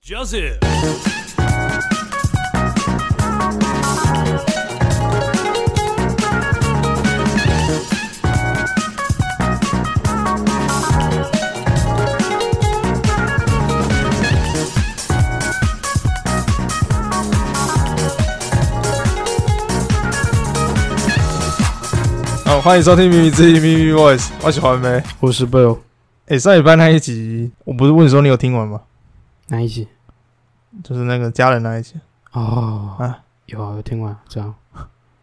Joseph。好，欢迎收听《秘密之音》秘密 Voice，我喜欢没？我是 Bill，哎、上礼拜那一集，我不是问你说你有听完吗？哪一集？就是那个家人那一集，哦，啊有啊，有听完，这样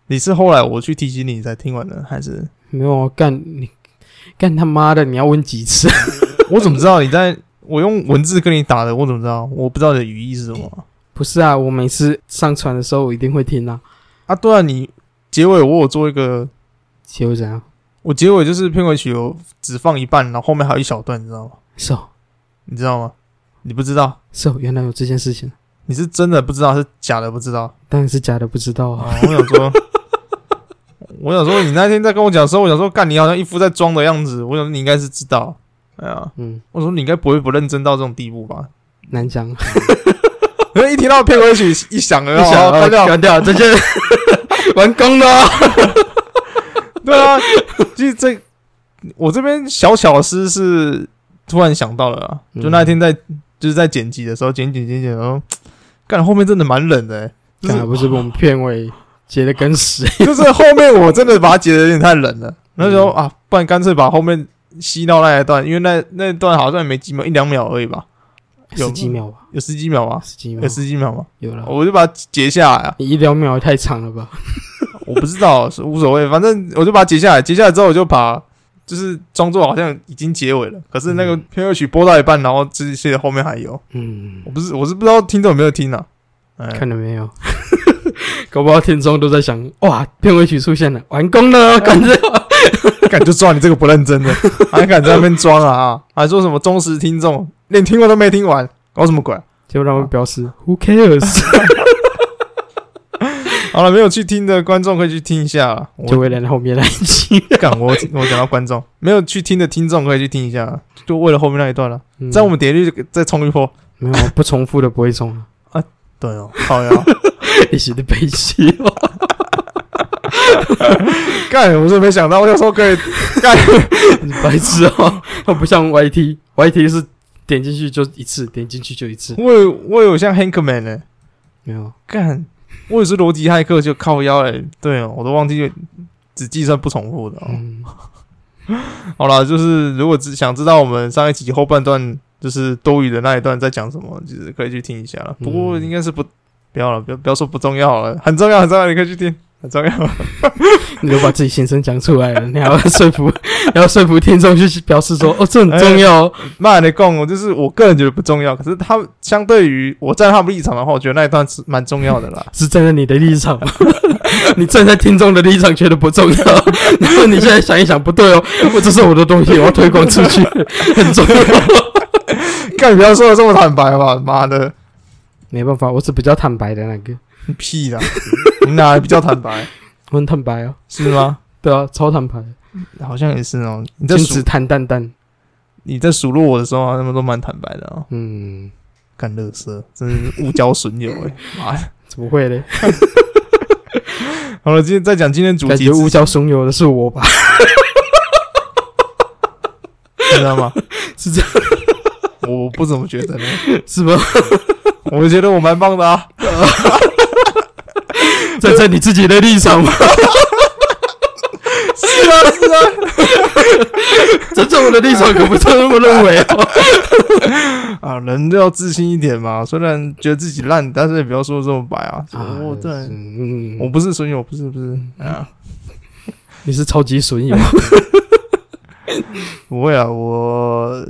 你是后来我去提醒你才听完的，还是没有啊？干你干他妈的！你要问几次？ 我怎么知道你在？我用文字跟你打的，我怎么知道？我不知道你的语义是什么啊不是啊，我每次上传的时候我一定会听啊。啊？对啊，你结尾我有做一个，结果怎样？我结尾就是片尾曲有只放一半，然后后面还有一小段，你知道吗？是哦，你知道吗？你不知道，是哦，原来有这件事情，你是真的不知道，是假的不知道。当然是假的，不知道啊。啊，我想说， 我想说，你那天在跟我讲的时候，我想说，干你好像一副在装的样子。我想你应该是知道，哎呀，嗯，我说你应该不会不认真到这种地步吧？难讲。啊 一因为一听到片尾曲一响了，想关掉，关掉，这 件完工了啊。对啊，其实这我这边小巧思是突然想到了啊，嗯就那天在就是在剪辑的时候，剪剪剪剪，然后干后面真的蛮冷的、欸。就干是啊不是我们片尾 结的跟 屎。就是后面我真的把它截的有点太冷了，那时候嗯啊，不然干脆把后面吸到那一段，因为那那段好像也没几秒，一两秒而已吧，有十几秒吧，有十几秒吧，十几秒有，十几秒吧，有了。我就把它截下来啊，你一两秒也太长了吧？我不知道是无所谓，反正我就把它截下来，截下来之后我就把。就是装作好像已经结尾了，可是那个嗯片尾曲播到一半，然后这些后面还有，嗯我，不是我是不知道听众有没有听啊，哎，看了没有？ 搞不好听众都在想，哇，片尾曲出现了，完工 了，感觉敢就抓你这个不认真的，还敢在那边装啊啊！还说什么忠实听众，连听过都没听完，搞什么鬼？就让我们表示 Who cares？好了，没有去听的观众可以去听一下啦。 就我为了后面那一 集，敢我我讲到观众，没有去听的听众可以去听一下啦，就为了后面那一段了。嗯这样我们点击率再冲一波。没有不重复的不会中啊，对哦，好呀，一起的悲喜 哦， 干！我是没想到，我有时候可以 干。你白痴哦，它不像 YT，YT 是点进去就一次，点进去就一次，我有我有像 Hankman 呢、没有干！我也是逻辑骇客，就靠腰哎、对哦，我都忘记只计算不重复的、哦。嗯，好啦，就是如果只想知道我们上一集后半段就是多余的那一段在讲什么，就是可以去听一下了。不过嗯应该是不不要了，不要不要说不重要了， 很重要很重要，你可以去听，很重要。 你都把自己心声讲出来了，你还要说 服，你要说服听众去表示说，哦，这很重要哦，。骂你供，我就是我个人觉得不重要，可是他们相对于我站他们立场的话，我觉得那一段是蛮重要的啦是站在你的立场吗， 你站在听众的立场觉得不重 要，然后你现在想一想，不对哦，我这是我的东西，我要推广出去，很重要。干，不要说的这么坦白吧，妈的，没办法，我是比较坦白的那个，你屁啦， 你哪来比较坦白？我很坦白啊，是吗？对啊，超坦白，好像也是哦。你在君数子坦荡荡。你在数落我的时候，他们都蛮坦白的哦。嗯，干乐色，真是误交损友哎、妈呀！怎么会嘞？好了，今天再讲今天主感题觉之， 无交损友的是我吧？你知道吗？是这样，我不怎么觉得呢，是吗？我觉得我蛮棒的啊。站 在你自己的立场吗？是啊，是啊。站在我的立场，可不是那么认 为哦。啊，人都要自信一点嘛。虽然觉得自己烂，但是也不要说得这么白啊。我对，嗯，我我不是损友，不是不是啊，你是超级损友，不会啊，我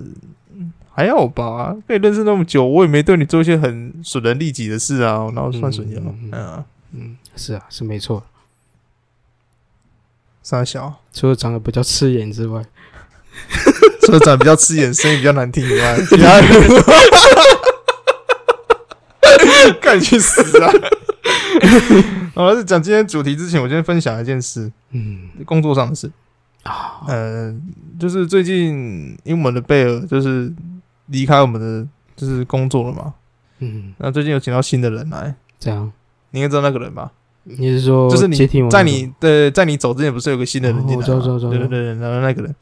还好吧。可以认识那么久，我也没对你做一些很损人利己的事啊，然后算损友嗯嗯嗯。嗯，嗯，是啊，是没错，傻小，除了长得比较刺眼之外。除了长得比较刺眼，声音比较难听以 外，其他人 干去死啊！ 好了，在讲今天主题之前，我先分享一件事，嗯工作上的事。啊，呃，就是最近因为我们的贝尔就是离开我们的就是工作了嘛，嗯，那最近有请到新的人来，这样你应该知道那个人吧？你是说就是你接替我在那你的在你走之前，不是有个新的人进来哦吗？我知道知道知道对对对，然后那个人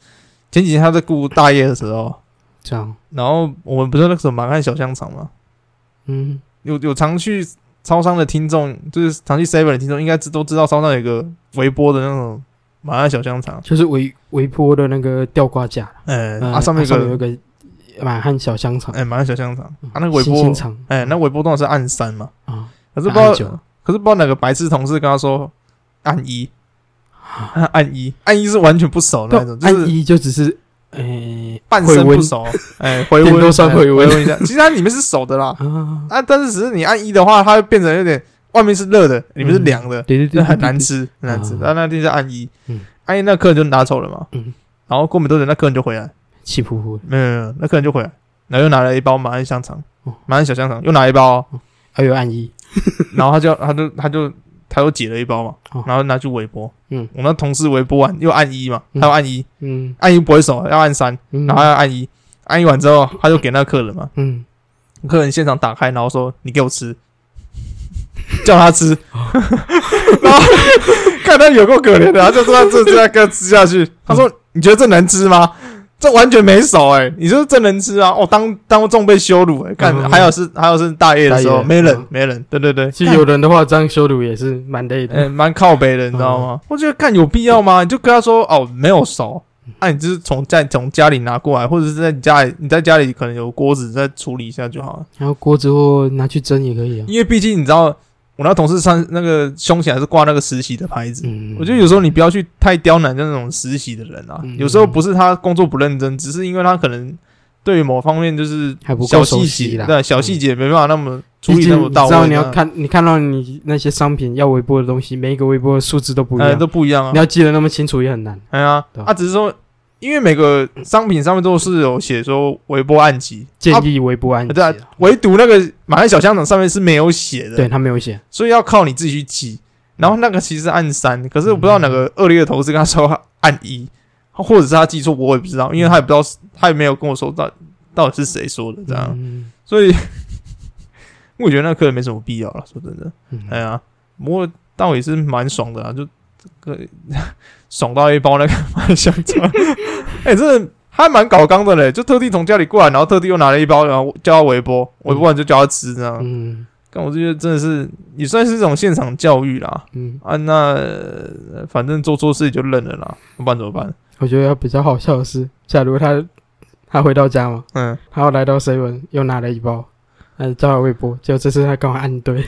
前几天他在顾大业的时候，种这样，然后我们不是那个时候蛮看小香肠吗？嗯，有有常去超商的听众，就是常去 Seven 的听众，应该知都知道超商有一个微波的那种麻辣小香肠，就是微微波的那个吊挂架，哎、嗯啊上面有有个一个满汉小香肠，哎、麻辣小香肠，啊那个微星星波，嗯肠哎、那微波当然是按三嘛，啊，可是不知按道九可是不知道哪个白痴同事跟他说按一，啊按一按一是完全不熟的那种，就按是一就只是诶半回生温不熟，哎回顶温多算哎回温温一下，其实它里面是熟的啦，啊，啊但是只是你按一的话，它会变成有点外面是热的，里面是凉的，对对对，那很对难，吃，很难吃。啊但那天是按一嗯，按一那客人就拿走了嘛嗯。然后过没多久，那客人就回来，对气呼呼的。没有没有没有，那客人就回来，然后又拿了一包马鞍香肠哦，马鞍小香肠又拿一包哦，还有按一，然后他就他就他就他又解了一包嘛哦，然后拿去微波。嗯，我那同事微波完又按一嘛，嗯他要按一，嗯，按一不会手，要按三，嗯然后他要按一，按一完之后他就给那个客人嘛，嗯，客人现场打开，然后说：“你给我吃，叫他 吃。”然后看他有够可怜的，他就说他这这样跟他吃下去。他嗯说：“你觉得这能吃吗？这完全没手哎、你说这能吃啊？哦，当当众被羞辱哎、看、嗯还有是还有是大夜的时大候，夜没人、嗯没人，对对对，其实有人的话，这样羞辱也是蛮累嗯、的。蛮靠北的，你知道嗯吗？我觉得看有必要吗？你就跟他说哦，没有熟，那、你就是从在从家里拿过来，或者是在你家里你在家里可能有锅子再处理一下就好了。”然后锅子或拿去蒸也可以啊。因为毕竟你知道，我那同事上那个胸前还是挂那个实习的牌子。嗯，我觉得有时候你不要去太刁难那种实习的人啊。嗯有时候不是他工作不认真，只是因为他可能对于某方面就是还不小够熟细悉节，啦。对小细节没办法那么处毕理那竟么你知到位道啊。你要看，你看到你那些商品要微波的东西，每一个微波的数值都不一哎样都，不一样啊你。要记得那么清楚也很难。哎呀对，啊啊，只是说。因为每个商品上面都是有写说微波按击，建啊议微波按一对啊下，唯独那个马来小香肠上面是没有写的，对他没有写，所以要靠你自己去记。然后那个其实是按三，可是我不知道哪嗯个恶劣的同事跟他说他按一，或者是他记错，我也不知道，因为他也不知道，他也没有跟我说到到底是谁说的这样，嗯所以我觉得那个客人没什么必要了。说真的，嗯哎呀，不过倒也是蛮爽的啊，就这个 爽到一包那个麦香 肠，哎，真的还蛮搞刚的嘞，就特地从家里过来，然后特地又拿了一包，然后叫他微波，微波完就叫他吃这样，嗯但我就觉得真的是也算是一种现场教育啦。嗯，啊，那呃反正做错事就认了啦，不然怎么办？我觉得比较好笑的是，假如他他回到家嘛，嗯，然后来到 seven 又拿了一包，哎，叫他微波，结果这次他刚好按 对，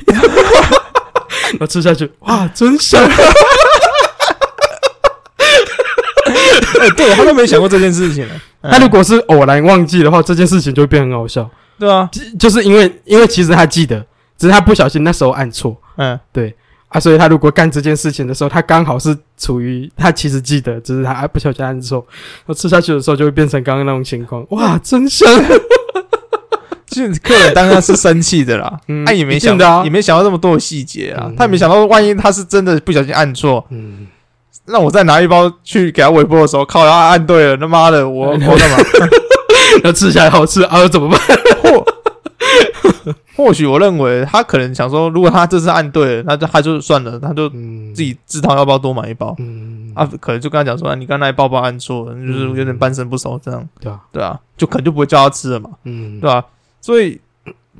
我吃下去，哇，真香！哎、对他都没想过这件事情了。 他如果是偶然忘记的话，这件事情就会变很好笑，对啊，就就是因为因为其实他记得，只是他不小心那时候按错 嗯，啊，所以他如果干这件事情的时候，他刚好是处于他其实记得，只是他啊不小心按错，我吃下去的时候就会变成刚刚那种情况，哇，真香！其实客人当然是生气的啦，嗯他、也没想一定的啊也没想到这么多的细节啊，嗯他也没想到万一他是真的不小心按错，嗯，那我再拿一包去给他微波的时候，靠，他按对了，他妈的，我嗯我干嘛？ 那吃起来好吃啊，怎么办？或或许我认为他可能想说，如果他这次按对了，那就他就算了，他就嗯，自己自掏腰包多买一包。嗯啊，可能就跟他讲说，啊你刚才抱抱按错了，就是有点半生不熟这样，对啊，对啊，就可能就不会叫他吃了嘛，嗯对，吧、所以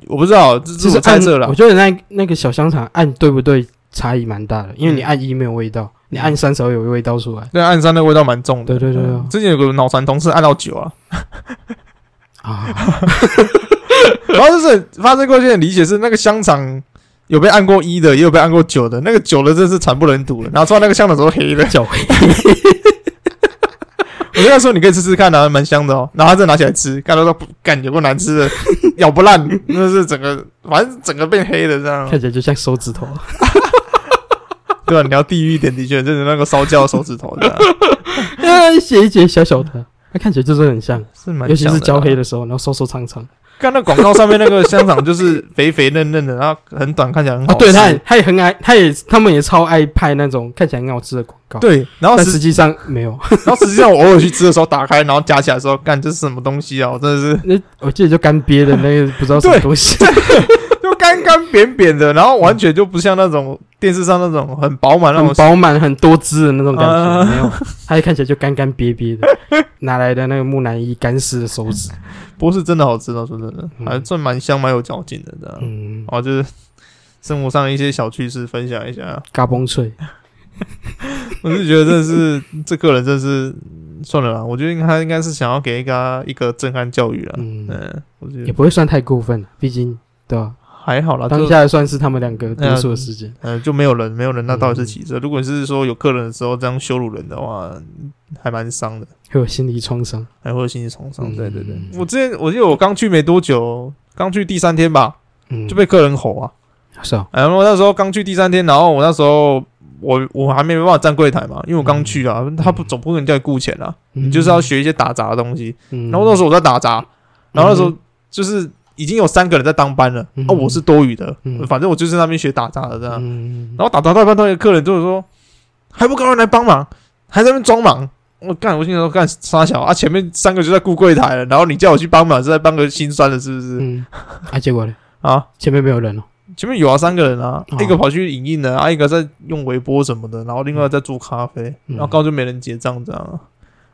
我不知道，这就是是我猜测按啦我。觉得那那个小香肠按对不对差异蛮大的，因为你嗯按一没有味道，你按三才会有味道出来那按三那个味道蛮重的，对对对对嗯之前有个脑残同事按到酒啊，啊。然后就是发生过一些很离奇的是，那个香肠有被按过一的，也有被按过九的，那个九的真是惨不忍睹了，拿出来那个香肠都黑 的，小黑，我跟他说你可以试试看啊，蛮香的哦。然后他再拿起来吃，看到说不干有够难吃的，咬不烂，那是整个反正整个变黑的这样。看起来就像手指头。 对啊，你要地狱一点，的确就是那个烧焦的手指头的啊，啊，写一节小小的，它看起来就是很像， 是蛮尤其是焦黑的。的时候，然后瘦瘦长长看那广告上面那个香肠，就是肥肥嫩嫩的，然后很短，看起来很啊。 好吃。对，它也它也很爱，它也他们也超爱拍那种看起来很好吃的广搞对，然后但实实际上没有。 然后实际上我偶尔去吃的时候打开，然后夹起来的时候，干这是什么东西啊？我真的是那我记得就干瘪的那个不知道什么东西，就干干扁扁的，然后完全就不像那种电视上那种很饱满那很种饱满、很多汁的那种感觉，啊没有，它一看起来就干干瘪瘪的， 哪来的那个木乃伊干尸的手 指？不是真的好吃的，说真的，嗯还算蛮香蛮有嚼劲的这样。嗯，哦，就是生活上一些小趣事分享一下。啊嘎 嘣脆，我是觉得真的是这个人真的是嗯算了啦，我觉得他应该是想要给一个一个震撼教育了。嗯，嗯，我觉也得不会算太过分，啊毕竟对吧？还好啦，当就下算是他们两个独处的时间，呃就没有人没有人，那到底是嗯几次？如果是说有客人的时候这样羞辱人的话，嗯还蛮伤的。会有心理创伤。还会有心理创伤。对对对嗯，我之前我记得我刚去没多久，刚去第三天吧，嗯，就被客人吼啊。是啊，然后我那时候刚去第三天，然后我那时候我我还没办法站柜台嘛，因为我刚去啊，嗯他不总不可能叫你雇钱啊，你你就是要，学一些打杂的东西。然然后那时候候，我在打杂，然后那时候嗯就是已经有三个人在当班了，嗯啊，我是多余的嗯，反正我就是在那边学打杂的这样。嗯，然后打打到一半，突然有客人就是说，还不赶快来帮忙，还在那边装忙。我干，我心里说干傻小啊，前面三个就在顾柜台了，然后你叫我去帮忙，是在帮个心酸的，是不是？嗯，啊，结果呢？啊，前面没有人哦了，前面有啊，三个人啊，哦一个跑去影印的，啊，一个在用微波什么的，然后另外在做咖啡，嗯然后刚好就没人结账这样啊。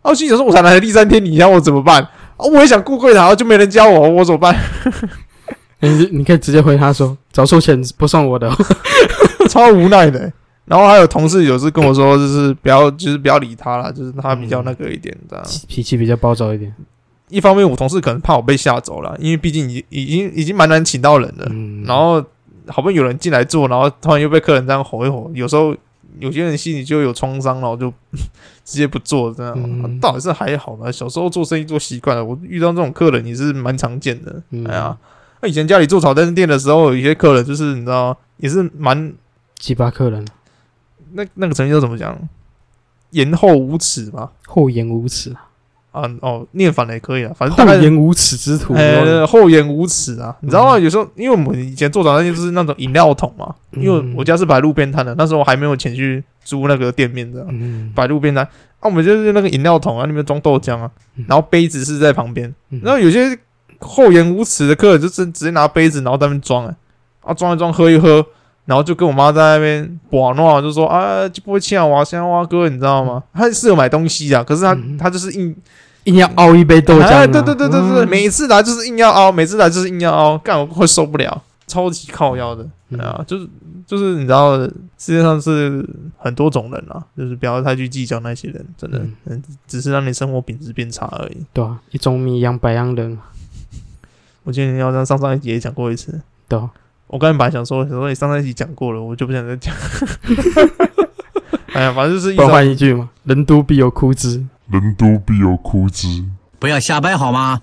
啊我心想说，我才来第三天，你让我怎么办？啊，我也想顾柜台，啊就没人教我，我怎么办？ 你 你可以直接回他说，找收钱不算我的哦，超无奈的欸、然后还有同事有时跟我说，就是不要，就是不要理他啦，就是他比较那个一点这样。 脾气比较暴躁一点。一方面我同事可能怕我被吓走了，因为毕竟已已经已经蛮难请到人了。嗯，然后好不容易有人进来做，然后突然又被客人这样吼一吼，有时候有些人心里就有创伤，然后就 直接不做这样。啊嗯到底是还好吧，小时候做生意做习惯了，我遇到这种客人也是蛮常见的。嗯哎呀，那以前家里做炒蛋店的时候，有些客人就是你知道也是蛮鸡巴客人那那个成语叫怎么讲？言厚无耻嘛。厚颜无耻啊，啊哦，念反了也可以啊，反正厚大概颜无耻之徒。呃，厚颜无耻啊！嗯你知道吗？有时候，因为我们以前做早餐店就是那种饮料桶嘛，嗯因为我家是摆路边摊的，那时候还没有钱去租那个店面这样，嗯，摆路边摊。啊，我们就是那个饮料桶啊，里面装豆浆啊嗯，然后杯子是在旁边。嗯然后有些厚颜无耻的客人就是直接拿杯子，然后在那边装、欸，啊，装一装，喝一喝，然后就跟我妈在那边玩闹，就说啊，就不会欠我啊，欠我啊哥，你知道吗？他是有买东西啊，可是他嗯他就是硬硬要熬一杯豆浆啊。哎对对对对对，每一次来就是硬要凹，每次来就是硬要凹，干我会受不了，超级靠腰的嗯啊！就是就是你知道，世界上是很多种人啊，就是不要太去计较那些人，真的嗯，嗯，只是让你生活品质变差而已。对啊，一种米养百样人，我记得你要上上上一集也讲过一次，对啊，我刚才本来想说，想说你上上一集讲过了，我就不想再讲。 哎呀，反正就是一不然种换一句嘛，人都必有枯枝，人都必有枯枝。不要瞎掰好吗？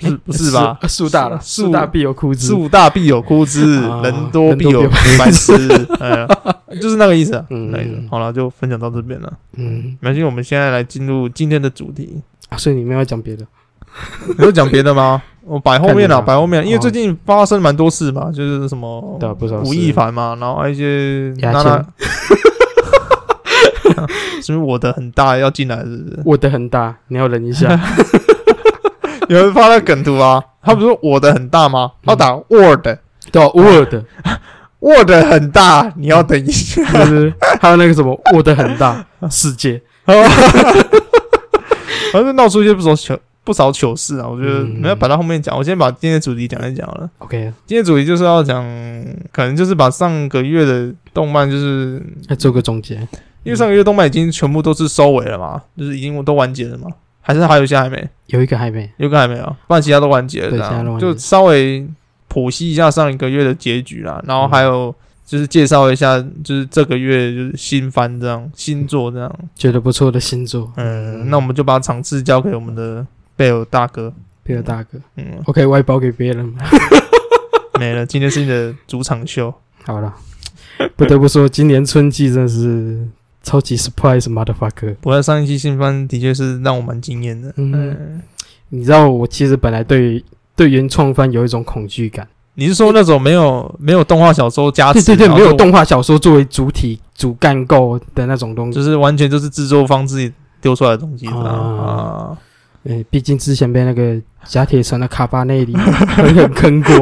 不是不是吧？哎树树大了，树树大必有枯枝。树大必有枯枝，啊人多人必多有必有白痴，哎呀，就是那个意思啊，嗯那个意思。好了，就分享到这边了。嗯，没关系，我们现在来进入今天的主题。啊所以你们要讲别的。你有讲别的吗？我摆后面看你了，啊摆后面，因为哦最近发生蛮多事嘛，就是什么对啊不少事吴亦凡嘛，然后还有一些牙娜娜，是不是我的很大要进来，是不是？ 我的很大，你要忍一下。有人发了梗图啊，他不是说我的很大吗？他打 word 对啊，我的， word 很大，你要等一下。是不是？还有那个什么，我的很大，世界。 反正闹出一些不少糗不少糗事啊，我觉得嗯没有摆到后面讲，我先把今天的主题讲一讲好了。 OK，今天的主题就是要讲，可能就是把上个月的动漫，就是来做个总结。因为上个月动漫已经全部都是收尾了嘛，就是已经都完结了嘛，还是还有一些还没，有一个还没，有个还没有，不然其他都完结了，对这样其他都完结就稍微剖析一下上一个月的结局啦，然后嗯还有就是介绍一下，就是这个月就是新番这样，新作这样，觉得不错的星座。嗯，那我们就把场次交给我们的贝尔大哥，比尔大哥嗯。 ，OK，外包给别人嘛。没了，今天是你的主场秀。好了，不得不说，今年春季真的是超级 surprise motherfucker。不过上一期新番的确是让我蛮惊艳的。嗯嗯，你知道我其实本来对对原创番有一种恐惧感，你是说那种没有没有动画小说加对持，对对，啊然没后有就动画小说作为主体主干构的那种东西。就是完全就是制作方自己丢出来的东西啊啊。哎，毕竟之前被那个甲铁城的卡巴 内里狠狠坑过，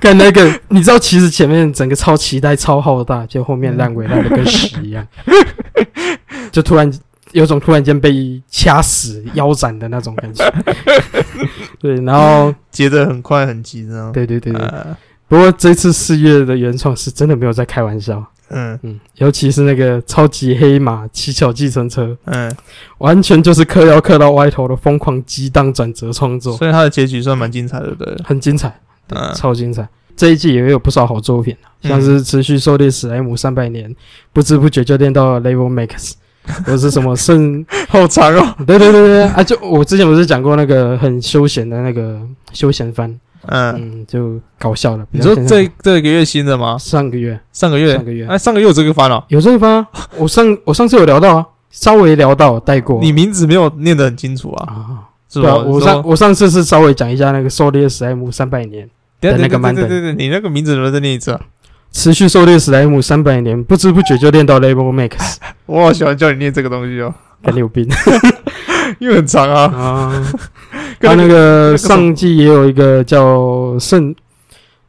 跟那个你知道，其实前面整个超期待、超浩大，就后面烂尾烂的跟屎 一样，就突然有种突然间被掐死、腰斩的那种 感觉。对，然后接的很快很急，这样。对对对对，啊不过这次四月的原创是真的没有在开玩笑，嗯嗯，尤其是那个超级黑马七巧计程车，嗯，完全就是嗑药嗑到歪头的疯狂激荡转折创作，所以它的结局算蛮精彩的，对不对？很精彩。嗯超精彩。这一季也有不少好作品啊，嗯像是持续狩猎史莱姆三百年，不知不觉就练到了 Level Max，或是什么圣，好长哦。对对对对啊！就我之前不是讲过那个很休闲的那个休闲番，嗯，嗯，就搞笑的。比你较说偏向这这个月新的吗？上个月上个月上，个月哎，上个月有这个番哦。有这一番啊，我上我上次有聊到啊，稍微聊到带过你名字没有念得很清楚啊，啊，是对吧？啊，我你上说我上次是稍微讲一下那个狩猎史莱姆三百年。等一下的那等个一下版本对对对，你那个名字能不能再念一次啊？持续狩猎史莱姆三百年，不知不觉就练到 Level Max，我好喜欢叫你念这个东西哦，肯定 有病。因为很长啊。 啊，跟他那那个个什么上季也有一个叫圣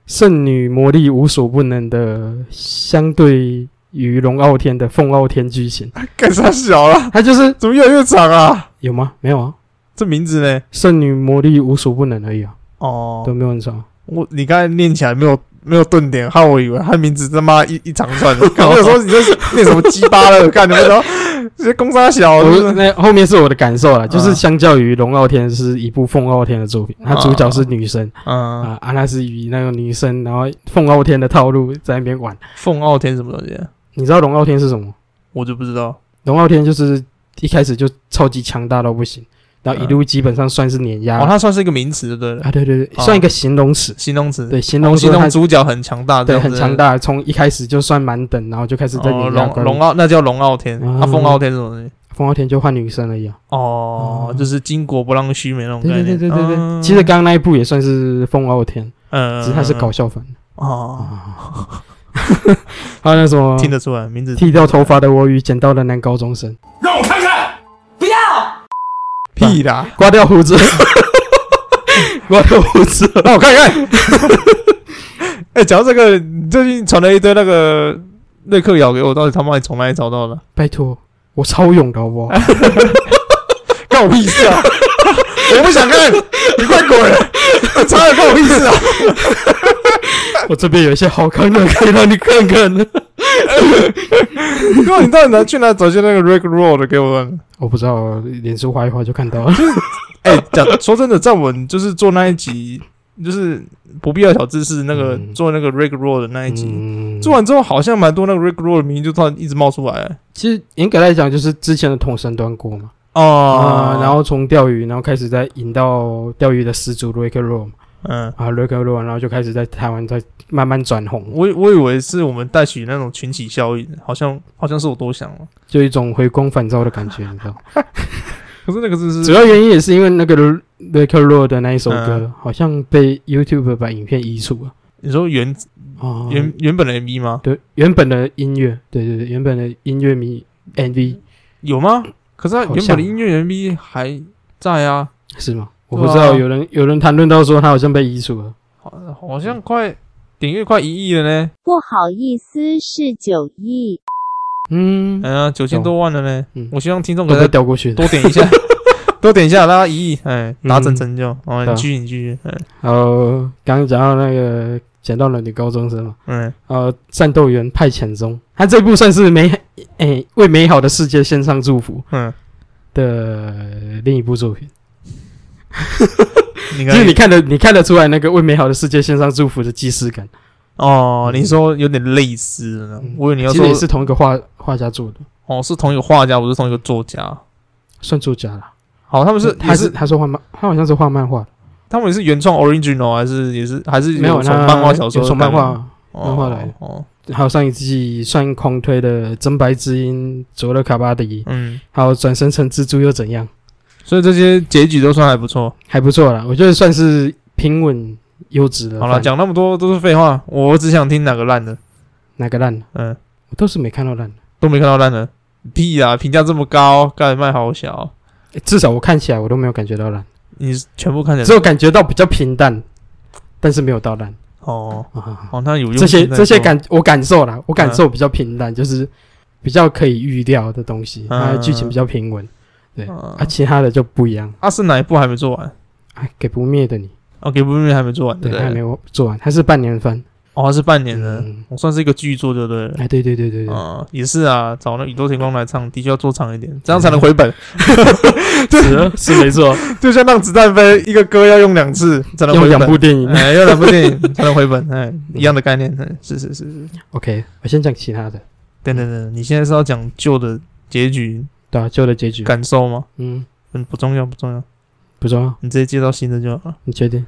圣女魔力无所不能的，相对于龙傲天的凤傲天剧情，干啥小了？他就是怎么越来越长啊？有吗？没有啊，这名字呢？圣女魔力无所不能而已啊，哦都，没有 人说。我你刚才念起来没有没有顿点，害我以为他名字他妈一一长串 的。刚有时候你这是念什么鸡巴了？干你们说这些公杀小，啊是不我是那后面是我的感受啦，就是哦啊相较于龙傲天是一部凤傲天的作品，它啊主角是女生嗯，啊，啊那是以那个女生，然后凤傲天的套路在那边玩。凤傲天什么东西？啊你知道龙傲天是什么吗？我就不知道。龙傲天就是一开始就超级强大到不行，然后一路基本上算是碾压、嗯哦，它算是一个名词，对不对了？啊，对对对，哦算一个形容词，形容词，对，形哦，容词形容它主角很强大，对很强大。大，从一开始就算满等，然后就开始在哦，碾压龙关羽。龙傲那叫龙傲天，嗯啊，凤傲天是什么东西？凤傲天就换女生了一样，哦，嗯就是巾帼不让须眉那种对概对念。对对对对，嗯其实刚刚那一部也算是凤傲天，嗯，只是他是搞笑粉、哦，啊， 还有那什么啊听得出来名字。剃掉头发的我与捡到的男高中生，让我看看，不要，屁啦！刮掉 胡子，刮掉胡 子，让我看看。哎、讲到这个，你最近传了一堆那个瑞克咬给我，到底他妈你从哪里找到的？拜托，我超勇的好不好？ 关我屁事 啊！我不想看，你快 滚！差点关我屁事 啊！我这边有一些好看的，可以让你看看的。你告诉啊 你到底哪去哪找些那个 Rick Roll 的给我看？我不知道，脸书划一划就看 到了。哎、讲说真的，在我们就是做那一集，就是不必要小知识那个、嗯做那个 Rick Roll 的那一集。嗯，哎做完之后，好像蛮多那个 Rick Roll 的名就突然一直冒出来其实严格来讲，就是之前的统神端锅嘛。哦啊、然后从钓鱼，然后开始再引到钓鱼的始祖 r i c k r o 嗯，啊 r i c k r o 然后就开始在台湾再慢慢转红，我以我以为是我们带起那种群体效应，好像好像是我多想了。就一种回光返照的感觉，你知道。可是那个字是主要原因也是因为那个 r i c k r o 的那一首歌，嗯好像被 YouTube 把影片移除了。你说原哦，嗯原原本的 MV 吗？对原本的音乐，对对对，原本的音乐迷 MV 有吗？可是它好像原本的音乐 MV 还在啊，是吗？我对啊不知道，有人有人谈论到说他好像被移除了，好嗯好像快点阅快一亿了呢，不好意思，是九亿。嗯，哎呀，九千多万了呢嗯。我希望听众都可以被再调过去的。 多点一 下，多点一下，拉一亿，哎，嗯达成成就。哦，对你啊继续，你继续，嗯然后刚刚讲到那个捡到了女高中生嘛，嗯，呃，战斗员派遣中，他这部算是美诶、为美好的世界献上祝福， 嗯，的另一部作品，你因为你看看得你看得出来那个为美好的世界献上祝福的既视感，哦，你说有点类似了呢嗯，我以为你要其实说也是同一个画画家做的，哦，是同一个画家，不是同一个作家。算作家啦，好，他们是他也是是他是画漫，他好像是画漫画的，他们是原创 original 还是也是还是没有从那漫画小说有从改漫的画。哦漫画来的哦，还有上一季算狂推的《真白之音》、佐勒卡巴迪，嗯。还有《转身成蜘蛛又怎样》，所以这些结局都算还不错。还不错啦，我觉得算是平稳优质的好饭。了，讲那么多都是废话，我只想听哪个烂的，哪个烂？嗯，我倒是没看到烂的、都没看到烂的，屁啊，评价这么高，盖卖好小，诶至少我看起来我都没有感觉到烂，你全部看起只来有感觉到比较平淡，但是没有到烂哦啊。哦，那有用这些心在嗯这些做，感我感受啦，我感受比较平淡，就是比较可以预料的东西，嗯它的剧情比较平稳嗯啊，其他的就不一样。啊是哪一部还没做完？哎，给不灭的你，哦，给不灭还没做完，对对，不还没对？有做完，它是半年番。哦，还是半年的嗯，我算是一个巨作，对不对了？哎，对对对对对，啊、也是啊，找那宇宙天光来唱，的确要做长一点，这样才能回 本。是是没错，啊就像让子弹飞，一个歌要用两次才能用回两本，部 电影。哎，用两部电影才能回本， 哎，一样的概念，哎，是是是是。 OK，我先讲其他的，等等等，你现在是要讲旧的结局对啊，旧的结局，感受吗？嗯，嗯，不重要不重要，不重要，你直接介绍新的就好了。你确定？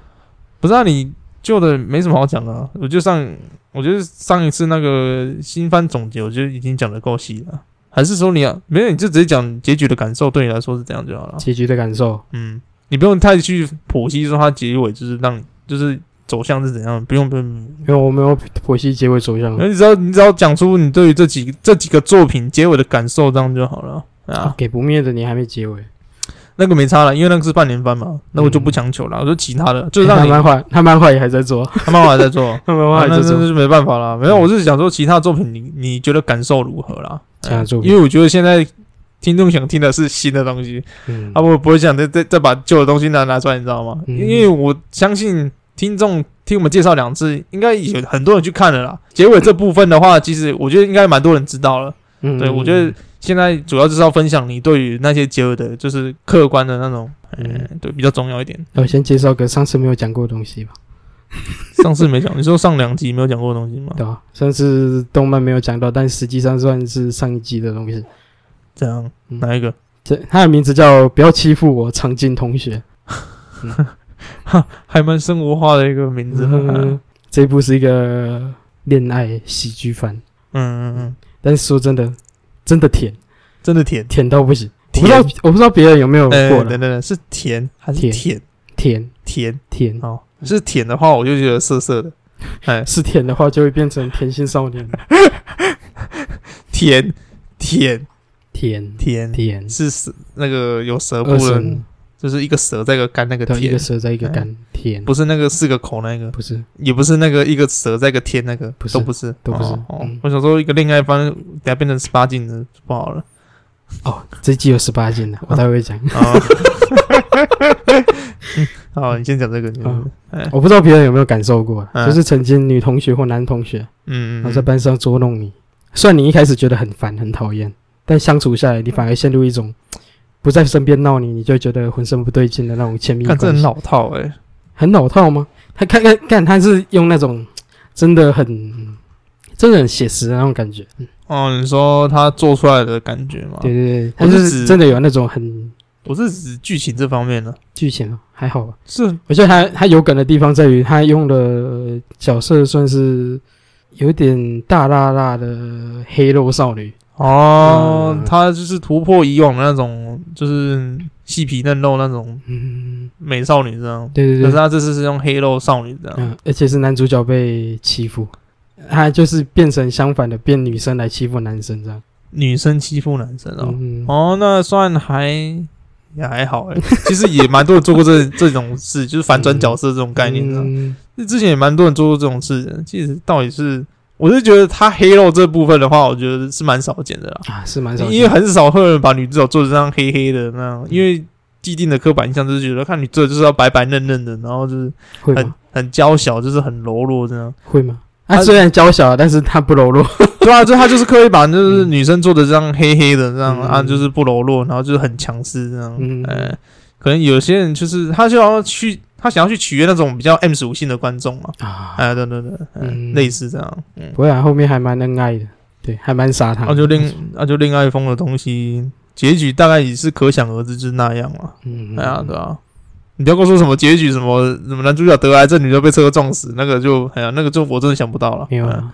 不是啊，你旧的没什么好讲的、啊，我就上，我觉得上一次那个新番总结，我觉得已经讲的够细了。还是说你要没有，你就直接讲结局的感受，对你来说是怎样就好了。结局的感受，嗯，你不用太去剖析说它结尾就是让你就是走向是怎样，不用不用，因为我没有剖析结尾走向不。用你只要你只要讲出你对于这几这几个作品结尾的感受，这样就好了啊。给不灭的你还没结尾，那个没差了，因为那个是半年番嘛，那我就不强求了，我就其他的，就是诶让哎他你漫画，他漫画也还在做， 他漫画还在做，他漫啊画还那在那那做。是没办法啦。没有，嗯我是想说其他作品你，你觉得感受如何啦？哎其他作品因为我觉得现在听众想听的是新的东西，嗯啊，，我不会想再再再把旧的东西拿拿出来，你知道吗？嗯因为我相信听众听我们介绍两次，应该有很多人去看了啦。结尾这部分的话，其实我觉得应该蛮多人知道了。嗯对，我觉得现在主要就是要分享你对于那些结尾的，就是客观的那种，嗯嗯，对，比较重要一点。那我先介绍个上次没有讲过的东西吧，上次没讲，你说上两集没有讲过的东西吗？对吧？上次动漫没有讲到，但实际上算是上一季的东西。怎样？嗯哪一个？这它的名字叫《不要欺负我，长进同学》。还蛮生活化的一个名字。嗯嗯 这一部是一个恋爱喜剧番，嗯嗯，但是说真的，真的甜，真的甜。甜到不行。我甜不知道，我不知道别人有没有哎，过等了等等，是甜还是甜嗯甜？甜甜甜哦，是甜的话，我就觉得涩涩的。哎，是甜的话，就会变成甜心少 年。甜甜甜甜甜，是蛇那个有舌部二的，声就是一个蛇在一个干那个对，一甜个，舌在一个干，甜哎不是那个四个口那个，不是也不是那个一个蛇在一个天那个，不是都不是，都不是哦哦嗯我想说一个恋爱番，等下变成十八禁的不好 了哦，这季有十八 禁的，我待会讲。 啊。 嗯好，你先讲这个，你先讲这个我不知道别人有没有感受过，嗯就是曾经女同学或男同学，嗯，然后在班上捉弄你，虽然你一开始觉得很烦很讨厌，但相处下来，你反而陷入一种不在身边闹你，你就会觉得浑身不对劲的那种亲密看这关很系。老套哎，欸很老套吗？他看看看，他是用那种真的很真的很写实的那种感觉。哦，你说他做出来的感觉吗？对对对，我他就是指是真的有那种很我是指剧情这方面的，剧情哦，还好吧。是我觉得他他有梗的地方在于，他用的呃角色算是有点大辣辣的黑肉少女，哦，嗯她就是突破以往的那种，就是细皮嫩肉那种嗯，美少女这样。对可对是对，她这次是用黑肉少女这样。嗯，而且是男主角被欺负，他就是变成相反的，变女生来欺负男生这样，女生欺负男生哦。嗯，哦，那算还也还好 哎，其实也蛮多人做过这这种事，就是反转角色这种概念啊这样。嗯之前也蛮多人做过这种事的，其实到底是。我是觉得他黑肉这部分的话，我觉得是蛮少见的啦，啊，是蛮少见的，因为很少会有人把女主角做成这样黑黑的那样，因为既定的刻板印象就是觉得看女主角就是要白白嫩嫩的，然后就是会很吗？很娇小，就是很柔弱这样。会吗？他他虽然娇小，但是他不柔弱， 对啊，就她就是刻意把就是女生做的这样黑黑的这样、嗯啊，就是不柔弱，然后就是很强势这样。嗯嗯，可能有些人就是他就要去，他想要去取悦那种比较 M 属性的观众嘛。啊，哎，对对对，哎嗯类似这样。嗯，不会啊，后面还蛮恩爱的，对，还蛮傻那、糖。哦就恋那、就恋爱风的东西，结局大概也是可想而知，就是那样嘛。嗯，哎呀，对啊，你不要跟我说什么结局，什么什么男主角得癌症，女的被车撞死，那个就哎呀，那个就我真的想不到了。没有哎呀啊，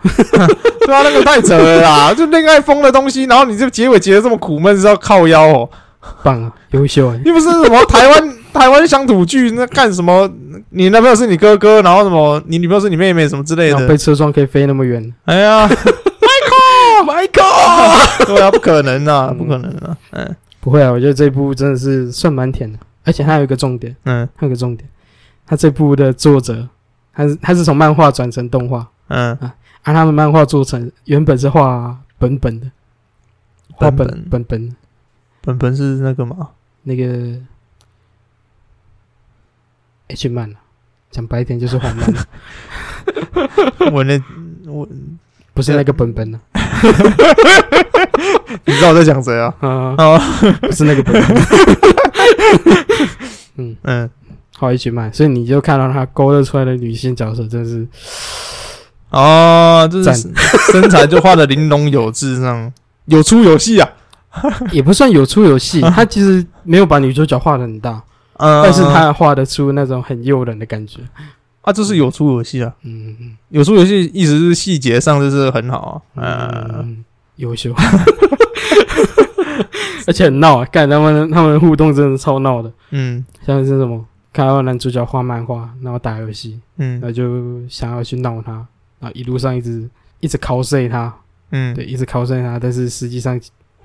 对啊，那个太扯了啦， 就恋爱风的东西，然后你这结尾结的这么苦闷，是要靠腰哦？ 棒啊，优秀啊，又不是什么台湾 台湾乡土剧那干什么？你男朋友是你哥哥，然后什么？你女朋友是你妹妹，什么之类然啊后被的？车撞可以飞那么远，哎呀， Michael， 对啊，不可能啊，嗯不可能啊！嗯不会啊，我觉得这部真的是算蛮甜的，而且它有一个重点，嗯它有一个重点，它这部的作者，他是他是从漫画转成动画，嗯，啊，他们漫画做成原本是画本本的，画本本本本本本是那个嘛？那个 H 漫啊，讲白一点就是黄漫啊，我那我不是那个本本啊，你知道我在讲谁啊？啊， 哦， 不是那个本本，嗯，好 H 漫，所以你就看到他勾勒出来的女性角色，真是哦，就赞是身材就画的玲珑有致，这样有粗有细啊。也不算有粗有细，他其实没有把女主角画的很大， 嗯，但是他画得出那种很诱人的感觉。啊，就是有粗有细啊，嗯，有粗有细意思是细节上就是很好啊。嗯，嗯，优秀， 而且很闹啊！干他们他们的互动真的超闹的，嗯像是什么看到男主角画漫画，然后打游戏，然嗯后就想要去闹他，然后一路上一直一直 cos 他，嗯，对，一直 cos 他，但是实际上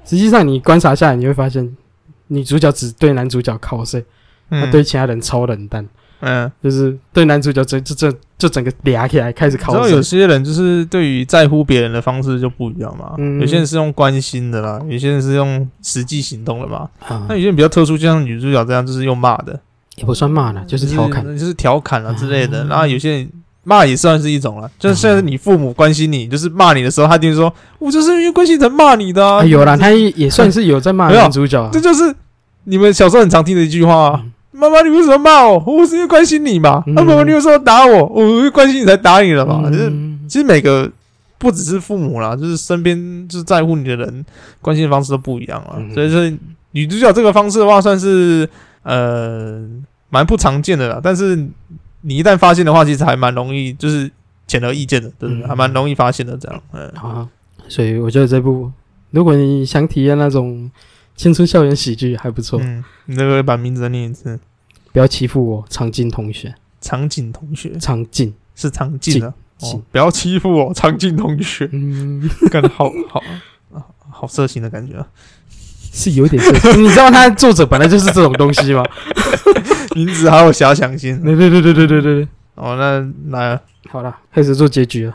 实际上你观察下来，你会发现女主角只对男主角 cos，嗯，她对其他人超冷淡。嗯，就是对男主角这这这就整个嗲起来，开始你知考道有些人就是对于在乎别人的方式就不一样嘛，嗯有些人是用关心的啦，有些人是用实际行动的嘛。啊那有些人比较特殊，就像女主角这样，就是用骂的，也不算骂了，就是调侃。就是就是调侃啊之类的。然后有些人骂也算是一种了，就是像是你父母关心你，就是骂你的时候，他就会说：“我就是因为关心才骂你的、啊。啊，有啦，他也也算是有在骂没有男主角啊这就是你们小时候很常听的一句话、啊嗯。妈妈，你为什么骂我？我是因为关心你嘛。嗯那妈妈，你为什么打我？我因为关心你才打你了嘛。就是嗯其实每个不只是父母啦，就是身边就是在乎你的人，关心的方式都不一样啊。嗯所以说，女主角这个方式的话，算是呃蛮不常见的啦。但是你一旦发现的话，其实还蛮容易，就是显而易见的，对不对？嗯还蛮容易发现的。这样，嗯，啊，所以我觉得这部，如果你想体验那种青春校园喜剧，还不错。嗯，你这个把名字再念一次，不要欺负我，长进同学，长景同学长进。是长进啊。进，哦，不要欺负我， 长进同学嗯， 干得好好好色情的感觉啊！是有点色 情。你知道他作者本来就是这种东西吗？名字还有遐想性啊。 对对对对对对对。哦，那来了，好了，开始做结局了。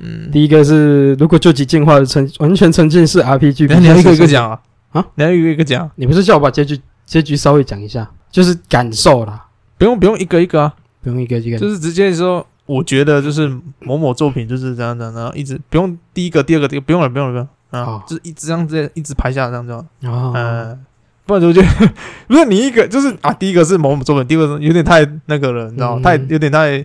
嗯，第一个是，如果救急进化的沉完全沉浸式 RPG，等一下你要一个一个讲啊，啊，你要一个一个讲，你不是叫我把结局结局稍微讲一下，就是感受啦，不用不用一个一个啊，不用一个一个。就是直接说，我觉得就是某某作品就是这样这样，然后一直不用第一个第二个第一个不用了不用了不用了啊好，就是一直这样直接一直排下来这样就好，哦，嗯。不然我觉得 不是你一个，就是啊，第一个是某某作品，第二个是有点太那个了，你知道吗？嗯太有点太，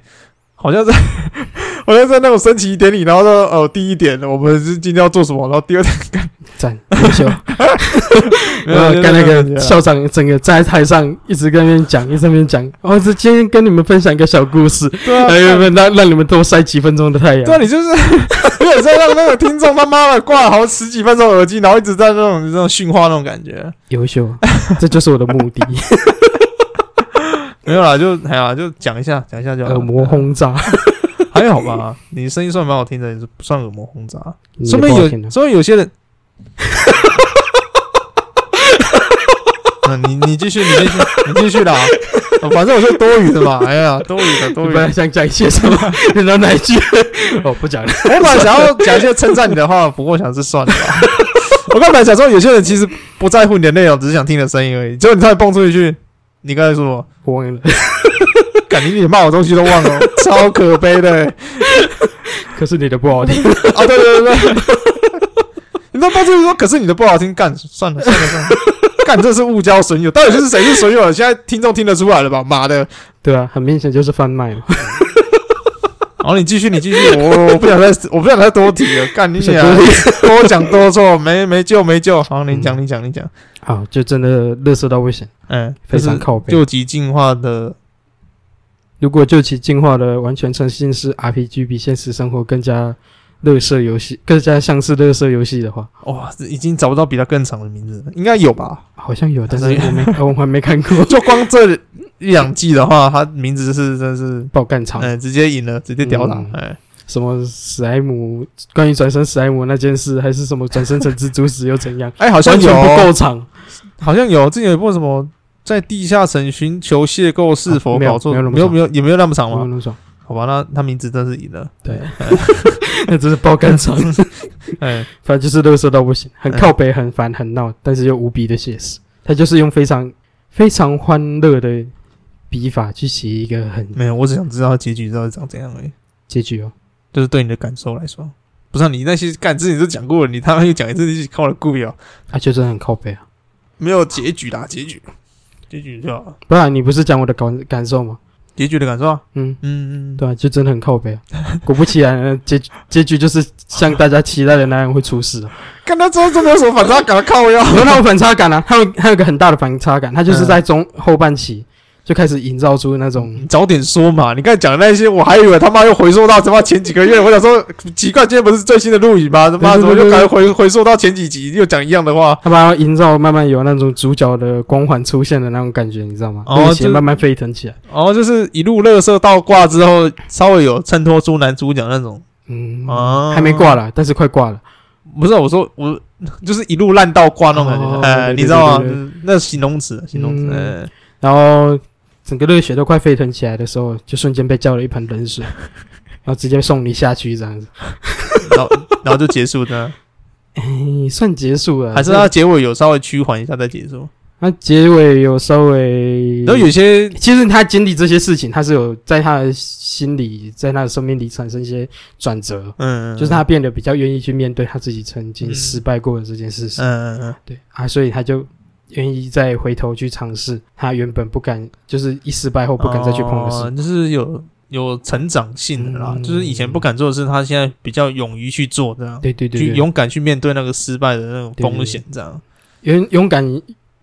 好像在 好像在那种升旗典礼，然后说哦，第一点我们是今天要做什么，然后第二点赞，优 秀。呃 然后跟那个校长整个站在台上一直跟那边讲，一直跟那边讲。哦，这今天跟你们分享一个小故 事，对啊还哎有没有让让你们多晒几分钟的太对啊，阳？你就是 有点在让那个听众他妈的挂了好十几分钟耳机，然后一直在那种那种训话那种感觉。优秀，啊 这就是我的目 的。没有啦，就还好啦，就讲一下，讲一下就 好了耳膜轰炸，还好吧？你声音算蛮好听的，你是不算耳膜轰炸，你说也明不好有听啊，说明有些人。 那嗯你你继续，你继续，你继续啦。哦反正我是多余的嘛，哎呀，多余的，你多余本来的。想讲一些什 么？你知道哪一句？哦，不讲了。 我本来想要讲一些称赞你的话，不过我想是算了吧。 我刚本来想说，有些人其实不在乎你的内容，只是想听你的声音而已。结果你突然蹦出一句，你刚才说什么？我忘了。感觉你骂我东西都忘 了，超可悲的、欸。可是你的不好 听， 哦，对对对对， 你都蹦出一句说，可是你的不好听，干算了算了 算了，干这是误交损友，到底是谁是损友？现在听众听得出来了吧？妈的！对啊，很明显就是贩卖嘛。然后你继续，你继续， 我我不想再我不想再多提了，嗯干你想俩多 多讲多错，没没救没救。好，你讲你讲你讲，好，就真的乐色到不行，嗯，非就是常靠背。救急进化的，如果就其进化的完全沉浸式 RPG 比现实生活更加乐色游戏，更加像是乐色游戏的话，哇，这已经找不到比它更长的名字了，应该有吧？好像有，但是我没，我还没看过 就光这一两季的话，它名字是真是，爆干场嗯、直接赢了，直接吊打，嗯哎、？什么史莱姆，关于转身史莱姆那件事，还是什么转身成蜘蛛丝又怎样哎，好好像有，不够长，好像有，之前有部什么在地下城寻求邂逅是否啊没有搞错、没有那么没有长没有也没有那么长我嘛？们爽，好吧，那他名字真是赢了，对， 那真是爆干场， 哎，反正就是乐色到不行，很嗯靠北，很烦，很闹，但是又无比的写实。他就是用非常非常欢乐的笔法去写一个很没有，我只想知道结局到底长怎样而已，结局哦，就是对你的感受来说。不是啊、你那些干之前都讲过了，你他妈又讲一次，你看我的故意哦，啊，就真的很靠北啊。没有结局啦，结局，结局就好了，不然你不是讲我的感感受吗？结局的感受啊，嗯，嗯嗯，对啊，就真的很靠 北啊。果不其然，呃结结局就是像大家期待的那样会出事啊。看他之后真的有什么反差感，靠腰，有那种反差 感啊，还有还有一个很大的反差感，他嗯就是在中后半期就开始营造出那种你早点说嘛！你刚才讲的那些，我还以为他妈又回溯到他妈前几个月。我想说，奇怪，今天不是最新的录影吗？他妈对怎对么又对对改回回溯到前几集，又讲一样的话？他把它营造慢慢有那种主角的光环出现的那种感觉，你知道吗？哦热血就慢慢沸腾起来。然后哦就是一路乐色到挂之后，稍微有衬托出男主角那种嗯，啊，还没，挂了，但是快挂了。不是啊我说我就是一路烂到挂那种感觉，哦哎，对你对知道吗对对？那形容词，形容词，嗯哎然后整个热血都快沸腾起来的时候，就瞬间被浇了一盆冷水，然后直接送你下去这样子。然后然后就结束的，哎，算结束了，还是他结尾有稍微趋缓一下再结束。那结尾有稍微，然后有些其实他经历这些事情，他是有在他的心里，在他的生命里产生一些转折，嗯，就是他变得比较愿意去面对他自己曾经失败过的这件事情。嗯，嗯嗯对啊，所以他就愿意再回头去尝试他原本不敢，就是一失败后不敢再去碰的事。哦就是有有成长性的啦，嗯就是以前不敢做的事，他现在比较勇于去做，这样对对对去对，勇敢去面对那个失败的那种风险，这样。勇勇敢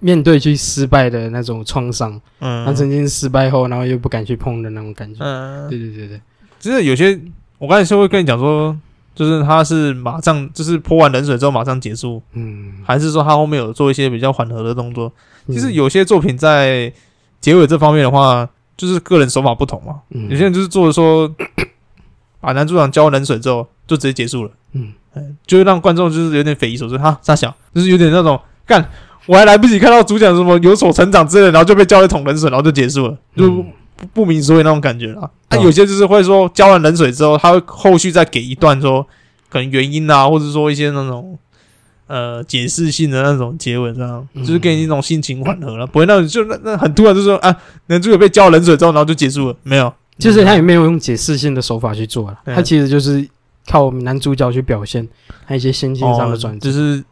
面对去失败的那种创伤，嗯，他曾经失败后，然后又不敢去碰的那种感觉。嗯，对对对对，就是有些我刚才是会跟你讲说，就是他是马上就是泼完冷水之后马上结束，嗯，还是说他后面有做一些比较缓和的动作？其实嗯，有些作品在结尾这方面的话，就是个人手法不同嘛。嗯有些人就是做的说， 把男主角浇冷水之后就直接结束了，嗯嗯，就会让观众就是有点匪夷所思，哈，傻小，就是有点那种干，我还来不及看到主角什么有所成长之类的，然后就被浇一桶冷水，然后就结束了，就不嗯不明所以那种感觉啦。那、嗯有些就是会说浇完冷水之后，他会后续再给一段说可能原因啊，或者说一些那种。呃，解释性的那种结尾，这样嗯就是给你一种心情缓和了，不会那种就那那很突然就说啊，男主角被浇冷水之后，然后就结束了，没有，就是他也没有用解释性的手法去做了，对啊他其实就是靠男主角去表现他一些心境上的转哦折。就是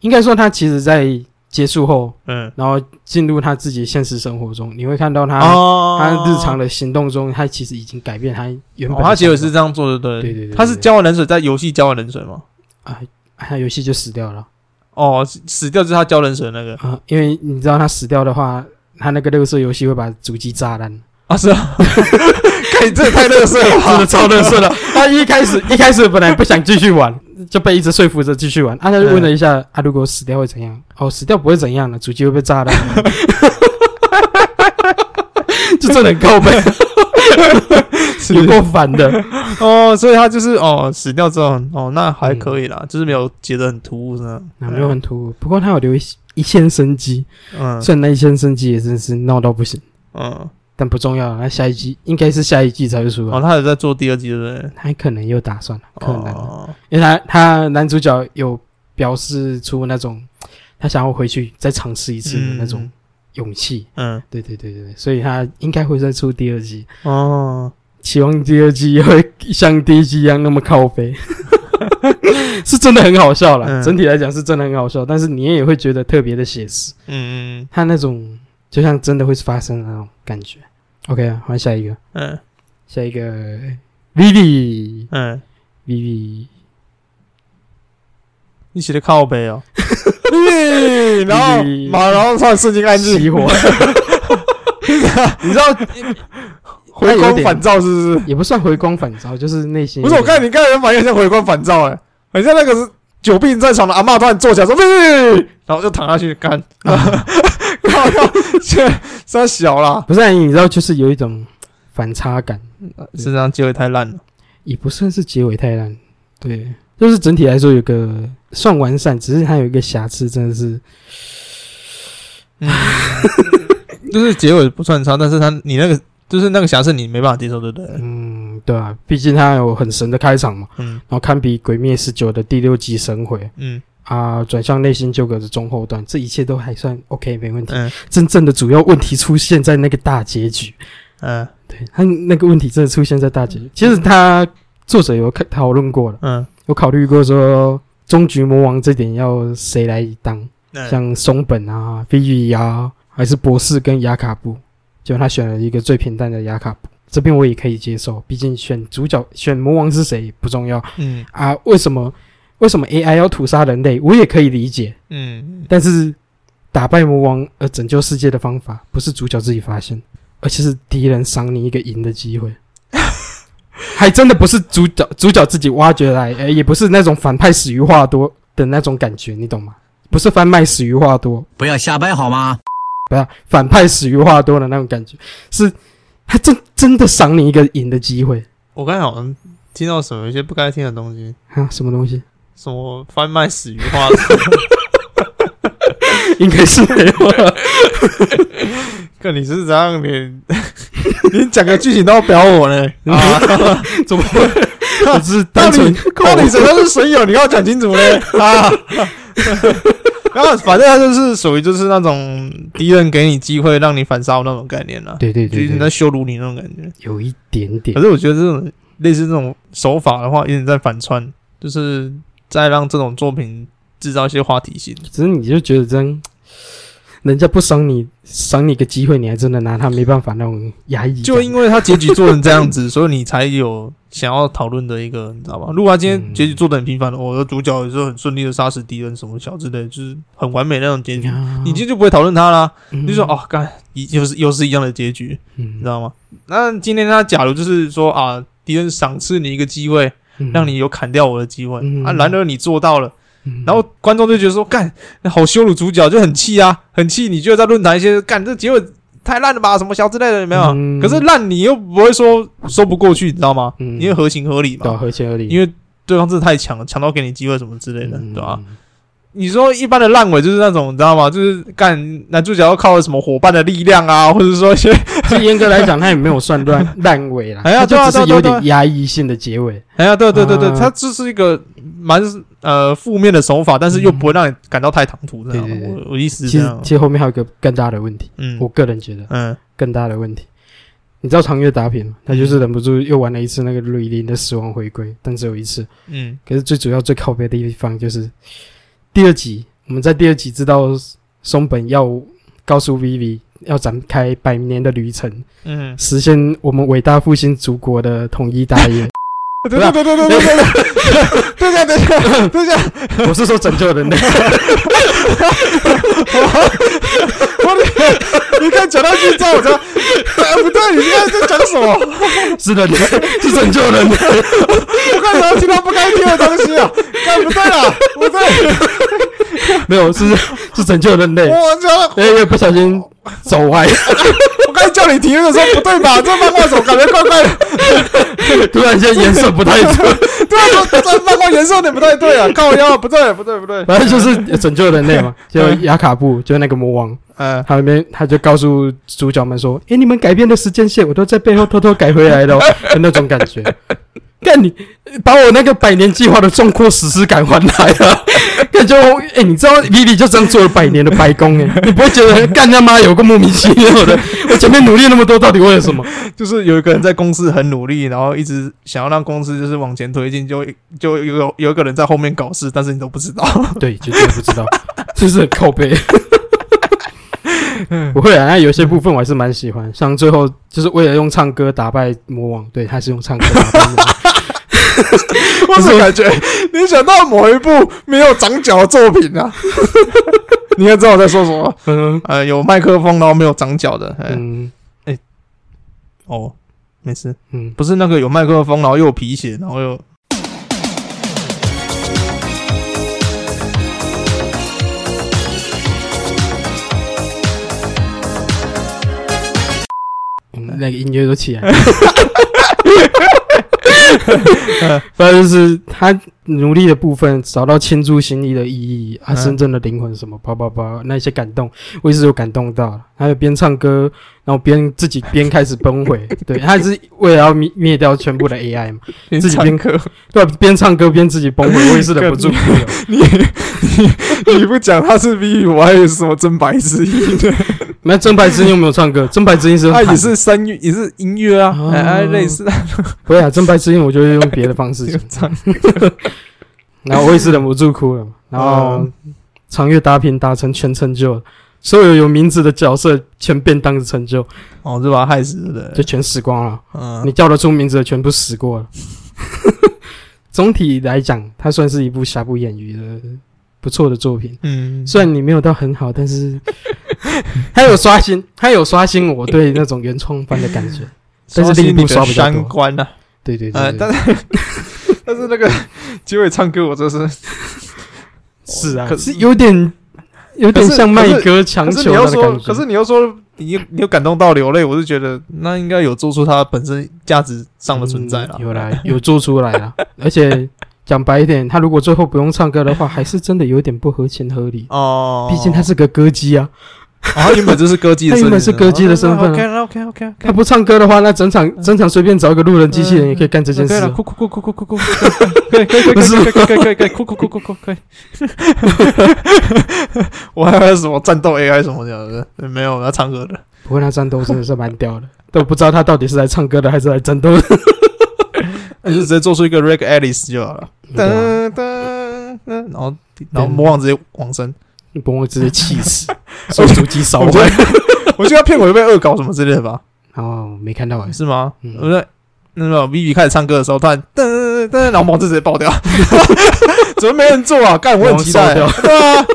应该说，他其实在结束后，嗯然后进入他自己现实生活中，你会看到他、哦他日常的行动中，他其实已经改变他原本的想哦法、他结尾是这样做的，对对对对对他是浇完冷水，在游戏浇完冷水嘛，啊，他游戏就死掉了哦，死掉就是他浇冷水的那个啊，因为你知道他死掉的话，他那个乐色游戏会把主机炸烂，啊，是 啊，看你这也太乐色了 吧，真的超乐色 的。他一开始一开始本来不想继续 玩，就被一直说服着继续玩。啊，他就嗯问了一下，啊，如果死掉会怎样？哦，死掉不会怎样的，主机会被炸烂。 就真的 很够呗，有够烦的。哦，所以他就是哦，死掉之后，哦，那还可以啦，就是没有结得很突兀呢，啊，嗯没有很突兀，不过他有留一一线生机，嗯虽然那一线生机也真是闹到不行，嗯，但不重要。那下一季应该是下一季才会出哦，来，他有在做第二季，对不对？他可能有打算了，可能啊，哦，因为他他男主角有表示出那种他想要回去再尝试一次的那种勇气。嗯，对对对对对，所以他应该会再出第二季，嗯，哦，期望第二季会像第一季一样那么靠背。 是真的很好笑啦，嗯整体来讲是真的很好笑，但是你也会觉得特别的写实。嗯嗯他那种就像真的会发生的那种感觉。OK，啊，换下一个，嗯下一个 Vivi 嗯， Vivi，你写的靠背 哦，然后马然后突然瞬间安静，熄火。你知道 回那有光点返照是不是？也不算回光返照，就是内心不是，我看你你刚才反应像回光返照哎、很像那个是久病在床的阿嬷突然坐起来说：“喂、然后就躺下去干。 靠靠，现在三小啦，不是你知道，就是有一种反差感，身上机会太烂了。也不算是结尾太烂，对，就是整体来说有个算完善，只是它有一个瑕疵，真的是就是结尾不算差，但是他你那个就是那个瑕疵你没办法接受，对不对？嗯，对啊，毕竟它有很神的开场嘛，嗯然后堪比《鬼灭十九》的第六集神回嗯啊，转向内心纠葛的中后段，这一切都还算 OK，没问题。嗯真正的主要问题出现在那个大结局，嗯对他那个问题真的出现在大结局。其实他作者有看讨论过了，嗯有考虑过说终局魔王这点要谁来当，嗯，像松本啊、飞羽啊，还是博士跟雅卡布，结果他选了一个最平淡的雅卡布。这边我也可以接受，毕竟选主角、选魔王是谁不重要嗯啊。为什么为什么 AI 要屠杀人类，我也可以理解。嗯但是打败魔王而拯救世界的方法，不是主角自己发现，而且是敌人赏你一个赢的机会，还真的不是主角主角自己挖掘来，呃，也不是那种反派死于话多的那种感觉，你懂吗？不是贩卖死于话多，不要瞎掰好吗？不要反派死于话多的那种感觉，是他真真的赏你一个赢的机会我刚才好像听到什么有一些不该听的东西，啊！什么 东西？什么贩卖死鱼花， 应该是没有了。看你是怎样你 你讲个剧情都要表我呢？啊， 怎么会？我只是到 单底纯到底谁都是损友，你跟我讲清楚嘞 啊！然后反正他就是属于就是那种敌人给你机会让你反杀我那种概念啦、啊对对就是对你在对，羞辱你那种感觉。有一点点可。是我觉得这种类似这种手法的话，有点在反串，就是在让这种作品制造一些话题性。只是你就觉得真，人家不赏你赏你个机会，你还真的拿他没办法那种压抑感。就因为他结局做成这样 子，所以你才有想要讨论的一个，你知道吧？如果他今天嗯结局做的很平凡，我、的主角也是很顺利的杀死敌人什么小之类的，就是很完美那种结局，啊你今天就不会讨论他啦。嗯你就说哦，干，一又是又是一样的结局，你嗯知道吗？那今天他假如就是说啊，敌人赏赐你一个机会，嗯让你有砍掉我的机会、嗯啊，然而你做到了。嗯然后观众就觉得说，干，好羞辱主角，就很气啊，很气。你就在论坛一些干，这结尾太烂了吧，什么小之类的，有没有？嗯可是烂你又不会说说不过去，你知道吗？嗯因为合情合理对啊嘛，合情合理，因为对方真的太强了，强到给你机会什么之类的，嗯对吧、啊你说一般的烂尾就是那种，你知道吗？就是干男主角要靠什么伙伴的力量啊，或者说一些 所以严格来讲，他也没有算烂 烂尾啦，哎呀他就对啊只对啊是对啊有对啊点压抑性的结尾。哎呀，对对对对，啊它这是一个蛮呃负面的手法，但是又不会让你感到太唐突，这样嗯对对对。我我意思其是这实样其。实后面还有一个更大的问题，嗯我个人觉得嗯更大的问题。你知道长月打品吗？他就是忍不住又玩了一次那个瑞林的死亡回归，但只有一次。嗯可是最主要最靠背的地方就是第二集，我们在第二集知道松本要告诉 Vivi 要展开百年的旅程，嗯，实现我们伟大复兴祖国的统一大业。 对对对对对对对对对对对对，我是说拯救人类，你看讲到现在，我知道，不对，你现在在讲什么？是人类，是拯救人类。我干什么听到不该听的东西啊？干不对了，不对，没有，是是拯救人类。我操！哎，又不小心走歪，我刚才叫你停的时候不对吧？这漫画怎么感觉怪怪的？突然间颜色不太对，对啊，这这漫画颜色有点不太对啊，靠腰，不对不对不对， 反正就是拯救人类嘛。就雅卡布，就那个魔王，嗯。他那边他就告诉主角们说：“诶、你们改变的时间线，我都在背后偷偷改回来的、哦，的那种感觉。”干你把我那个百年计划的壮阔史诗感还来了，感觉我诶、你知道 Vivi 就这样做了百年的白宫诶、你不会觉得干他妈有个莫名其妙的？我前面努力那么多，到底为了什么？就是有一个人在公司很努力，然后一直想要让公司就是往前推进，就就有有一个人在后面搞事，但是你都不知道。对，绝对不知道，就是很靠背。不会啊，那有些部分我还是蛮喜欢，像最后就是为了用唱歌打败魔王，对，还是用唱歌打败魔王。我是感觉你想到某一部没有长脚的作品 啊，你应该知道我在说什么。嗯嗯呃，有麦克风然后没有长脚的，哎、嗯，哦，没事，嗯，不是那个有麦克风，然后又有皮鞋，然后又嗯那个音乐都起 来了。 反正就是他努力的部分，找到倾注心意的意义，他、嗯真正的灵魂什么，叭叭叭，那些感动，我一直有感动到。还有边唱歌，然后边自己边开始 崩毁，对，他是为了要灭灭掉全部的 AI 嘛，自己边边嗑。 对吧、边唱歌边自己崩毁，我也是忍不住哭了。你你你不讲他是 V，我还以为是什么真白之 音呢。那真白之音有没有唱歌？真白之音是用他弹啊也的是声乐，也是音乐啊，哦哎、哎类似的。不会啊，真白痴，因为我就会用别的方式 讲唱。 然后我也是忍不住哭了，然后哦长月打拼达成全成就，所有有名字的角色全便当的成就，哦，就把他害死了。就全死光了。你嗯，叫得出名字的全部死 过了。总体来讲，它算是一部瑕不掩瑜的不错的作品。嗯，虽然你没有到很好，但 是它有刷新，它有刷新我对那种原创番的感觉。但是另一部刷不到相关呢、对对啊，对呃，对但是 但是那个结尾唱歌，我真是， 是啊，可可是有点有点可是像可麦是哥强可是求你他要的感说，觉。可是你要说你你有感动到流泪，我是觉得那应该有做出它本身价值上的存在了、嗯有啦，有做出来啦。 而且讲白一点，他如果最后不用唱歌的话，还是真的有点不合情合理。哦，毕竟他是个歌姬啊，哦，他原本就是哦歌 姬的他身份，原本是歌姬的身份啊 OK OK OK 他 OK，不唱歌的话，那整嗯场整场随便找一个路人机器人也可以干这件事啊。哭哭哭哭哭哭哭，可以可以可以可以可以可以可以哭哭哭哭哭可以。哦我还有什么战斗 AI 什么的，没有，我要唱歌 的。不过那战斗真的是蛮屌的，都不知道他到底是来唱歌的还是来战斗的。那你就直接做出一个 Rick Alice 就好了。 对啊噔噔噔，然后然后魔王直接往生。不过我直接气 死，手足机烧我觉 坏。得我觉得他骗我被恶搞什么之类的吧？哦，没看到哎，是吗？嗯我在那个 Vivi 开始唱歌的时候，突然噔噔噔噔，然后王子直接爆掉， 怎么没人做啊？干，我很期待。魔王对啊，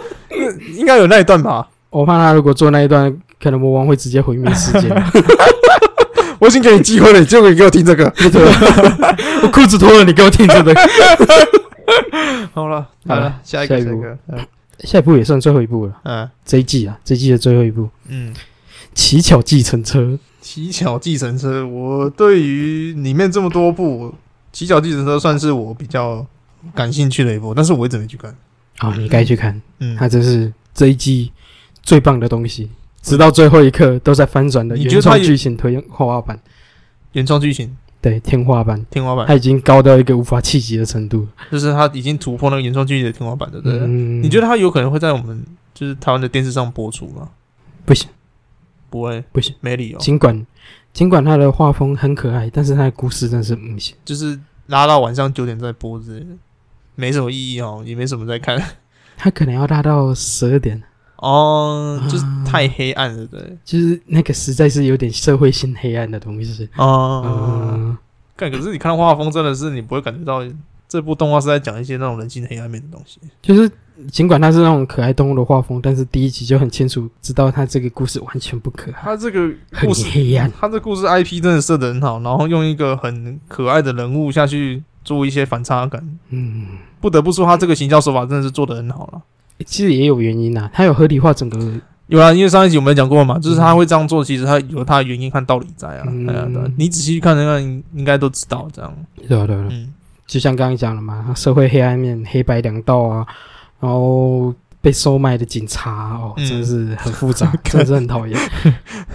应应该有那一段吧？我怕他如果做那一段，可能魔王会直接毁灭世 界。我已经给你机会了，结果你给我听这个。对吧我裤子脱了，你给我听着的。 好了，好好了了，下一个，下一下一步个，嗯 下一部也算最后一部了，嗯这一季啊，这一季的最后一部《嗯。乞巧计程车》。骑脚计程车，我对于里面这么多部，骑脚计程车算是我比较感兴趣的一部，但是我一直没去看。好，啊你该去看，嗯，它真是这一季最棒的东西，直到最后一刻都在翻转的你觉得原它创有剧情推天花板，原创剧情对天花板，天花板它，已经高到一个无法企及的程度。就是它已经突破那个原创剧情的天花板了，对不对？嗯，你觉得它有可能会在我们就是台湾的电视上播出吗？不行？不会，不行，没理由，尽管尽管它的画风很可爱，但是它的故事真的是不行。就是拉到晚上九点再播之类的，没什么意义哦，也没什么在 看它可能要拉到十二点，哦，就是啊太黑暗了，对，就是那个实在是有点社会性黑暗的东西。哦、啊嗯，干，可是你看画风，真的是你不会感觉到这部动画是在讲一些那种人性黑暗面的东西。就是尽管它是那种可爱动物的画风，但是第一集就很清楚知道它这个故事完全不可爱， 他这个很故事，黑暗。他这故事 IP 真的设得很好，然后用一个很可爱的人物下去做一些反差感，嗯，不得不说他这个行销手法真的是做得很好了。其实也有原因呐、啊它有合理化整个，有啊，因为上一集我们也讲过嘛，就是他会这样做，其实他有他的原因和道理在啊。嗯哎呀对啊你仔细去看的话，应应该都知道这样。对啊对啊，嗯，就像刚刚讲了嘛，它社会黑暗面、黑白两道啊，然后被收买的警察啊哦，嗯真的是很 复杂，真的是很讨厌，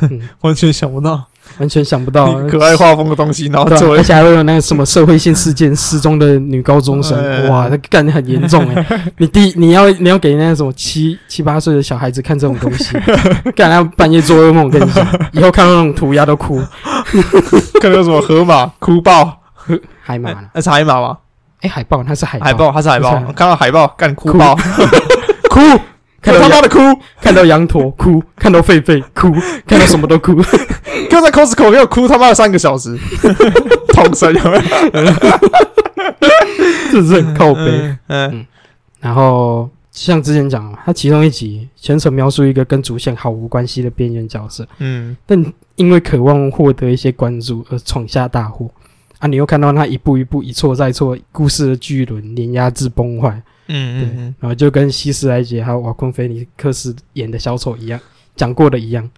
嗯完全想不到完全想不到啊你 可爱画风的东西，然后对哦啊作 为而且还会有那个什么社会性事件失踪的女高中 生，哎哇，那干得很严重哎、 你第你要你要给那个什么七七八岁的小孩子看这种东西， 干他半夜做噩梦，我跟你讲， 以后看到那种涂鸦都哭，可能有什么河马、哭豹，海马哎了，那是海马吗？哎、海豹那是海海报，他是海报不是，啊我看到海报干哭哭爆， 哭。看他妈到羊的哭， 看到羊驼哭，看到狒狒哭，看到什么都哭。 给我在 Costco 给我哭他妈的三个小时，痛神有没有？这是很靠背。嗯，然后像之前讲，他其中一集全程描述一个跟主线毫无关系的边缘角色，嗯但因为渴望获得一些关注而闯下大祸啊！你又看到他一步一步一错再错，故事的巨轮碾压至崩坏，对，嗯嗯然后就跟希斯莱杰还有瓦昆菲尼克斯演的小丑一样，讲过的一样，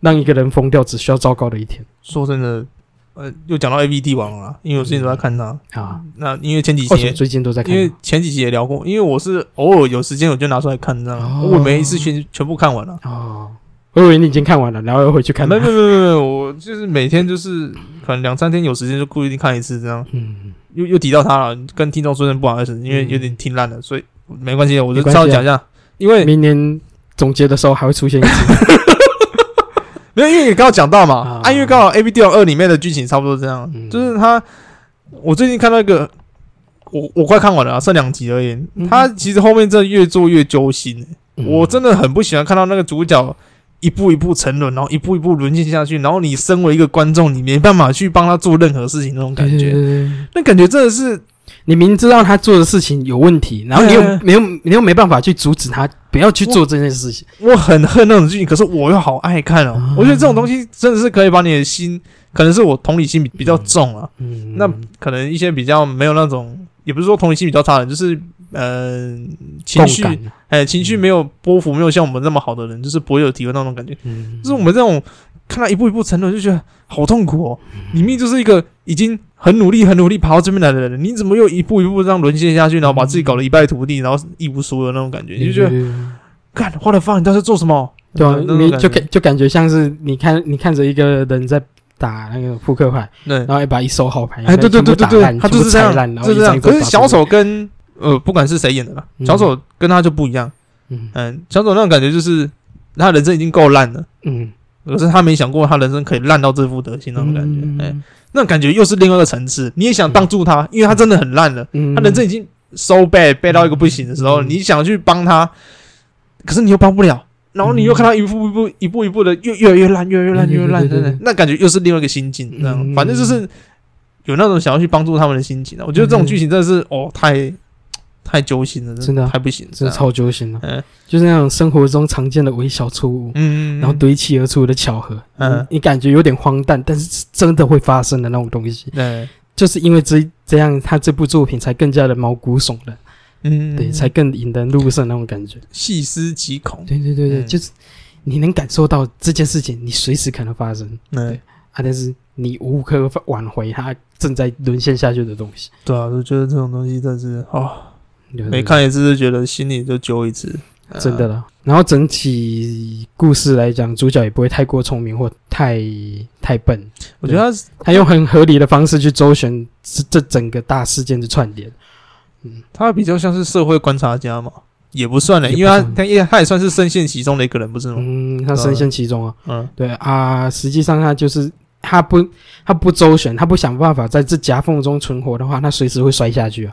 让一个人疯掉只需要糟糕的一天嗯，说真的，呃，又讲到 A V 帝王了啦，因为我最近都在看他。啊！那因为前几为集什也么最近都在看嗯因吗？为前几集也聊过，因为我是偶尔有时间我就拿出来看，你知道吗？哦我每一次全全部看完了。哦，我以为你已经看完了，然后又回去看没。没没没没，我就是每天就是可能两三天有时间就固定看一次，这样嗯，又又提到他了，跟听众说声不好意思，因为嗯有点听烂了，所以没关系，我就没关系啊稍微讲一下，因为明年总结的时候还会出现一次。没有，因为你刚刚讲到嘛啊，啊，因为刚好《A B D 二》里面的剧情差不多这样，嗯就是他，我最近看到一个，我我快看完了啊，剩两集而已。嗯他其实后面真的越做越揪心欸、嗯我真的很不喜欢看到那个主角一步一步沉沦，然后一步一步沦陷下去，然后你身为一个观众，你没办法去帮他做任何事情那种感对对觉，对对对那感觉真的是你明知道他做的事情有问题，然后你又对啊没有你又没办法去阻止他，不要去做这件事情。我很恨那种剧情，可是我又好爱看哦、啊我觉得这种东西真的是可以把你的心，可能是我同理心比比较重啊。嗯，那可能一些比较没有那种，也不是说同理心比较差的，就是呃情绪，共感，哎、情绪没有波幅，没有像我们那么好的人，就是不会有体会到那种感觉。嗯，就是我们这种看他一步一步沉沦，就觉得好痛苦哦。嗯你明明就是一个已经很努力、很努力爬到这边来的人，你怎么又一步一步这样沦陷下去，然后把自己搞得一败涂地，然后一无所有那种感觉？你就觉得，对对对干花了放，你到底在做什么？嗯嗯对啊那，种你感觉就感就感觉像是你看你看着一个人在打那个扑克牌，对然后一把一手好牌，哎，对嗯对对对对，他他就是这样，烂，然就是后一这样。张可是小手，丑跟呃，不管是谁演的啦，嗯小丑跟他就不一样。嗯嗯，小丑那种感觉就是他人生已经够烂了，嗯，可是他没想过他人生可以烂到这副德行那种感觉。哎、嗯，那种感觉又是另外一个层次。你也想帮助他，因为他真的很烂了，嗯他人生已经 so bad bad 到一个不行的时候，嗯你想去帮他，可是你又帮不了。然后你又看他一步一步、一步一步的越越来越烂，越来越烂，嗯对越来越烂，对真对的对，那感觉又是另外一个心境，这样，嗯反正就是有那种想要去帮助他们的心情啊。我觉得这种剧情真的是哦，太太揪心了，真的啊太不行了，真的这样超揪心嗯的，就是那种生活中常见的微小错误，嗯，嗯嗯然后堆砌而出的巧合，嗯嗯，你感觉有点荒诞，但是真的会发生的那种东西，对，嗯就是因为这这样，他这部作品才更加的毛骨悚然，嗯，对，才更引人入胜那种感觉。细思极恐，对对对对，嗯就是你能感受到这件事情，你随时可能发生对啊，但是你无可挽回它正在沦陷下去的东西。对啊，我觉得这种东西真的是哦，对对每对看一次就觉得心里就揪一次，呃真的啦。然后整体故事来讲，主角也不会太过聪明或太太笨，我觉得他他用很合理的方式去周旋这这整个大事件的串联。他比较像是社会观察家嘛，也不算了，因为他也不算他也他也算是深陷其中的一个人，不是吗？嗯，他深陷其中啊。嗯对啊，实际上他就是他不他不周旋，他不想办法在这夹缝中存活的话，他随时会摔下去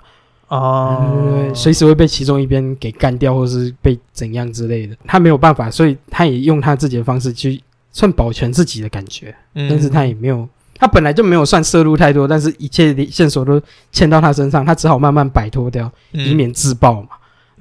啊，啊，对，随时会被其中一边给干掉，或是被怎样之类的。他没有办法，所以他也用他自己的方式去算保全自己的感觉，嗯但是他也没有。他本来就没有算摄入太多，但是一切的线索都牵到他身上，他只好慢慢摆脱掉，以免自爆嘛。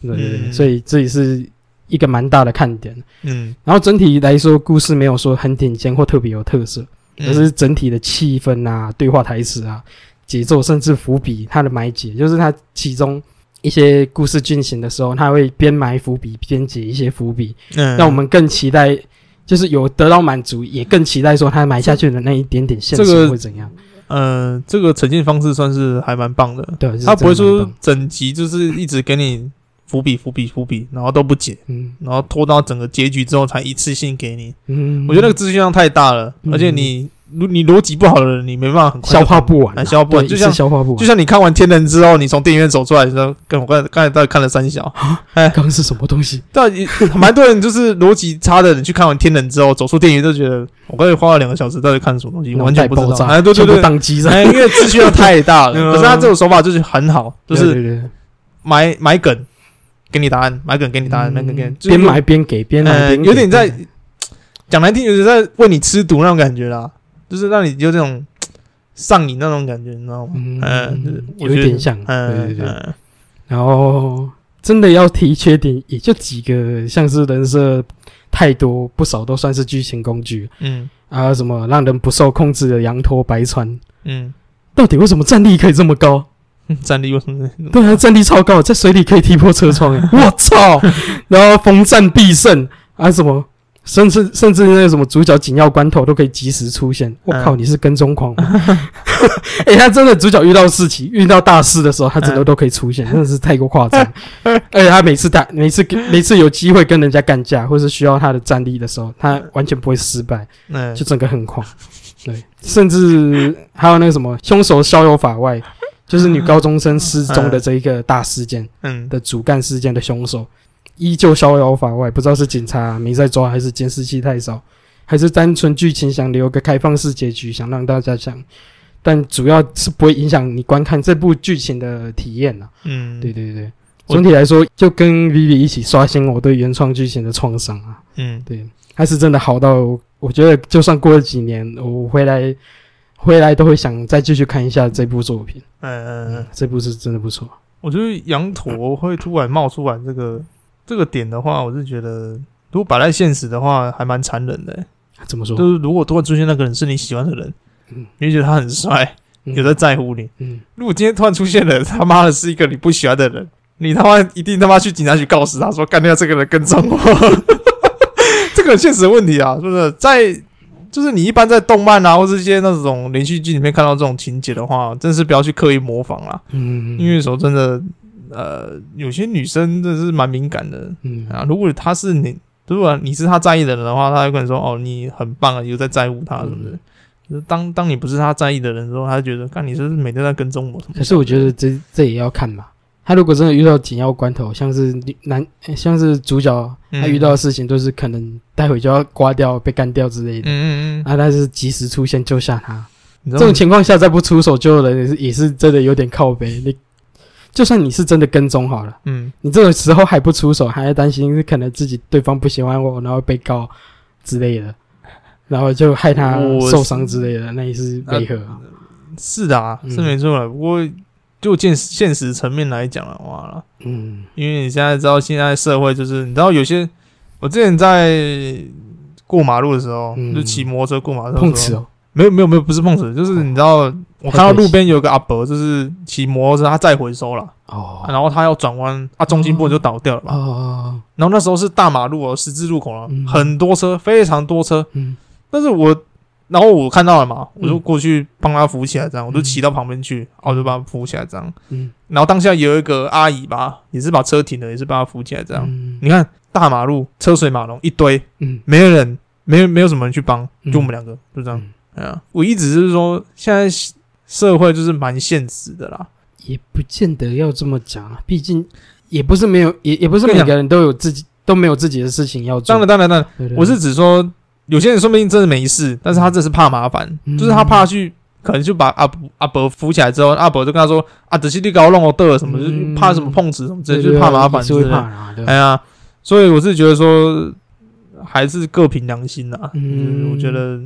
对对对，嗯所以这也是一个蛮大的看点。嗯，然后整体来说，故事没有说很顶尖或特别有特色，嗯而是整体的气氛啊、对话台词啊、节奏，甚至伏笔，它的埋解，就是它其中一些故事进行的时候，它会边埋伏笔边解一些伏笔，嗯让我们更期待，就是有得到满足，也更期待说它埋下去的那一点点线这个索会怎样。呃这个呈现方式算是还蛮棒的，对，就是他不会真的说很棒，整集就是一直给你伏笔伏笔伏笔，然后都不解。嗯然后拖到整个结局之后才一次性给你，嗯，我觉得那个资讯量太大了，嗯而且你如你逻辑不好的人，你没办法很快消化不哎完，啊消化不完对就一次像消化不就完，啊像你看完《天人》之后，你从电影院走出来的时候，跟我刚才刚才到底看了三 小，刚刚是什么东西？但也蛮多人就是逻辑差的人去看完《天人》之后，走出电影院就觉得我刚才花了两个小时，到底看什么东西，完全不知爆道。炸，哎，对对全部对，宕机上，哎，因为资讯量太 大了。嗯可是他这种手法就是很好，就对是对对埋埋梗，给你答案，埋梗给你答案，埋梗给你就是嗯边埋边给，边埋呃边给有点在对讲难听，有点在喂你吃毒那种感觉啦，就是让你有这种上瘾那种感觉，你知道吗？嗯嗯，就是我有觉得点像，对嗯对对。嗯然后真的要提缺点，也就几个，像是人设太多，不少都算是剧情工具嗯啊什么让人不受控制的羊驼白川，嗯，到底为什么战力可以这么高？嗯战力为什么？对啊，战力超高，在水里可以踢破车窗、欸， 我操！然后逢战必胜啊，什么，甚至甚至那个什么主角紧要关头都可以及时出现。我靠，嗯你是跟踪狂吗？ 哎、他真的主角遇到事情、遇到大事的时候，他真的嗯都可以出 现，真的是太过夸张。而且他每次打、每次每次有机会跟人家干架，或是需要他的战力的时候，他完全不会失败。嗯，就整个很狂。对，甚至还有那个什么凶手逍遥法外，就是女高中生失踪的这一个大事件嗯，的主干事件的凶手，依旧逍遥法外，不知道是警察没在抓，还是监视器太少，还是单纯剧情想留个开放式结局，想让大家想。但主要是不会影响你观看这部剧情的体验呐、嗯，对，对对，我总体来说，就跟 Vivi 一起刷新我对原创剧情的创伤啊。嗯，对，他是真的好到，我觉得就算过了几年，我回来回来都会想再继续看一下这部作品。嗯，嗯，这部是真的不错。我觉得羊驼会突然冒出来这个这个点的话，我是觉得如果摆在现实的话，还蛮残忍的、怎么说？就是如果突然出现那个人是你喜欢的人，嗯你会觉得他很帅，嗯有在在乎你。嗯，如果今天突然出现了他妈的是一个你不喜欢的人，你他妈一定他妈去警察局告死他，说干掉这个人跟踪我， 这个很现实的问题啊，是不是？在就是你一般在动漫啊或是一些那种连续剧里面看到这种情节的话，真是不要去刻意模仿啦。嗯，因为说真的，呃，有些女生真的是蛮敏感的嗯啊。如果她是你，如果你是她在意的人的话，她会跟你说：“哦，你很棒啊，你有在在乎她，是不是？”就是当当你不是她在意的人的时候，她就觉得，看你是不是每天在跟踪我什么的？可是我觉得这这也要看吧。他如果真的遇到紧要关头，像是女男，呃像是主角嗯他遇到的事情，都是可能待会就要刮掉、被干掉之类的。嗯嗯嗯，啊，但是及时出现救下他，你知这道吗种情况下再不出手救人也是也是真的有点靠背。你就算你是真的跟踪好了。嗯，你这个时候还不出手，还在担心可能自己对方不喜欢我，然后被告之类的，然后就害他我受伤之类的，那也是违和啊。是的啊，嗯是没错啦。不过就现实现实层面来讲的话啦，嗯因为你现在知道现在社会就是，你知道有些我之前在过马路的时候，嗯就骑摩托车过马路的时候，碰瓷哦，没有没有没有，不是碰瓷，就是你知道，我看到路边有一个阿伯，就是骑摩托车，他再回收了，哦然后他要转弯，啊，中心部就倒掉了哦嘛。哦，然后那时候是大马路哦，十字路口了嗯，很多车，非常多车。嗯但是我，然后我看到了嘛，我就嗯过去帮他扶起来，这样，我就嗯骑到旁边去，然后我就把他扶起来，这样。嗯，然后当下有一个阿姨吧，也是把车停了，也是把他扶起来，这样。嗯你看大马路车水马龙一堆，嗯没有人，没有没有什么人去帮，嗯就我们两个，就这样嗯。哎呀、我一直是说，现在社会就是蛮现实的啦。也不见得要这么讲啊，毕竟也不是没有，也也不是每跟你个人都有自己都没有自己的事情要做当。然，当然，当然，对对对啊我是指说，有些人说不定真的没事，但是他这是怕麻烦，嗯就是他怕去，可能就把阿伯阿伯扶起来之后，阿伯就跟他说啊，德西利搞弄我得了什么，就是嗯怕什么碰瓷什么之类对的，就对是对怕麻烦也是之会类怕的。啊，对哎呀，所以我是觉得说，还是各凭良心啦。嗯就是我觉得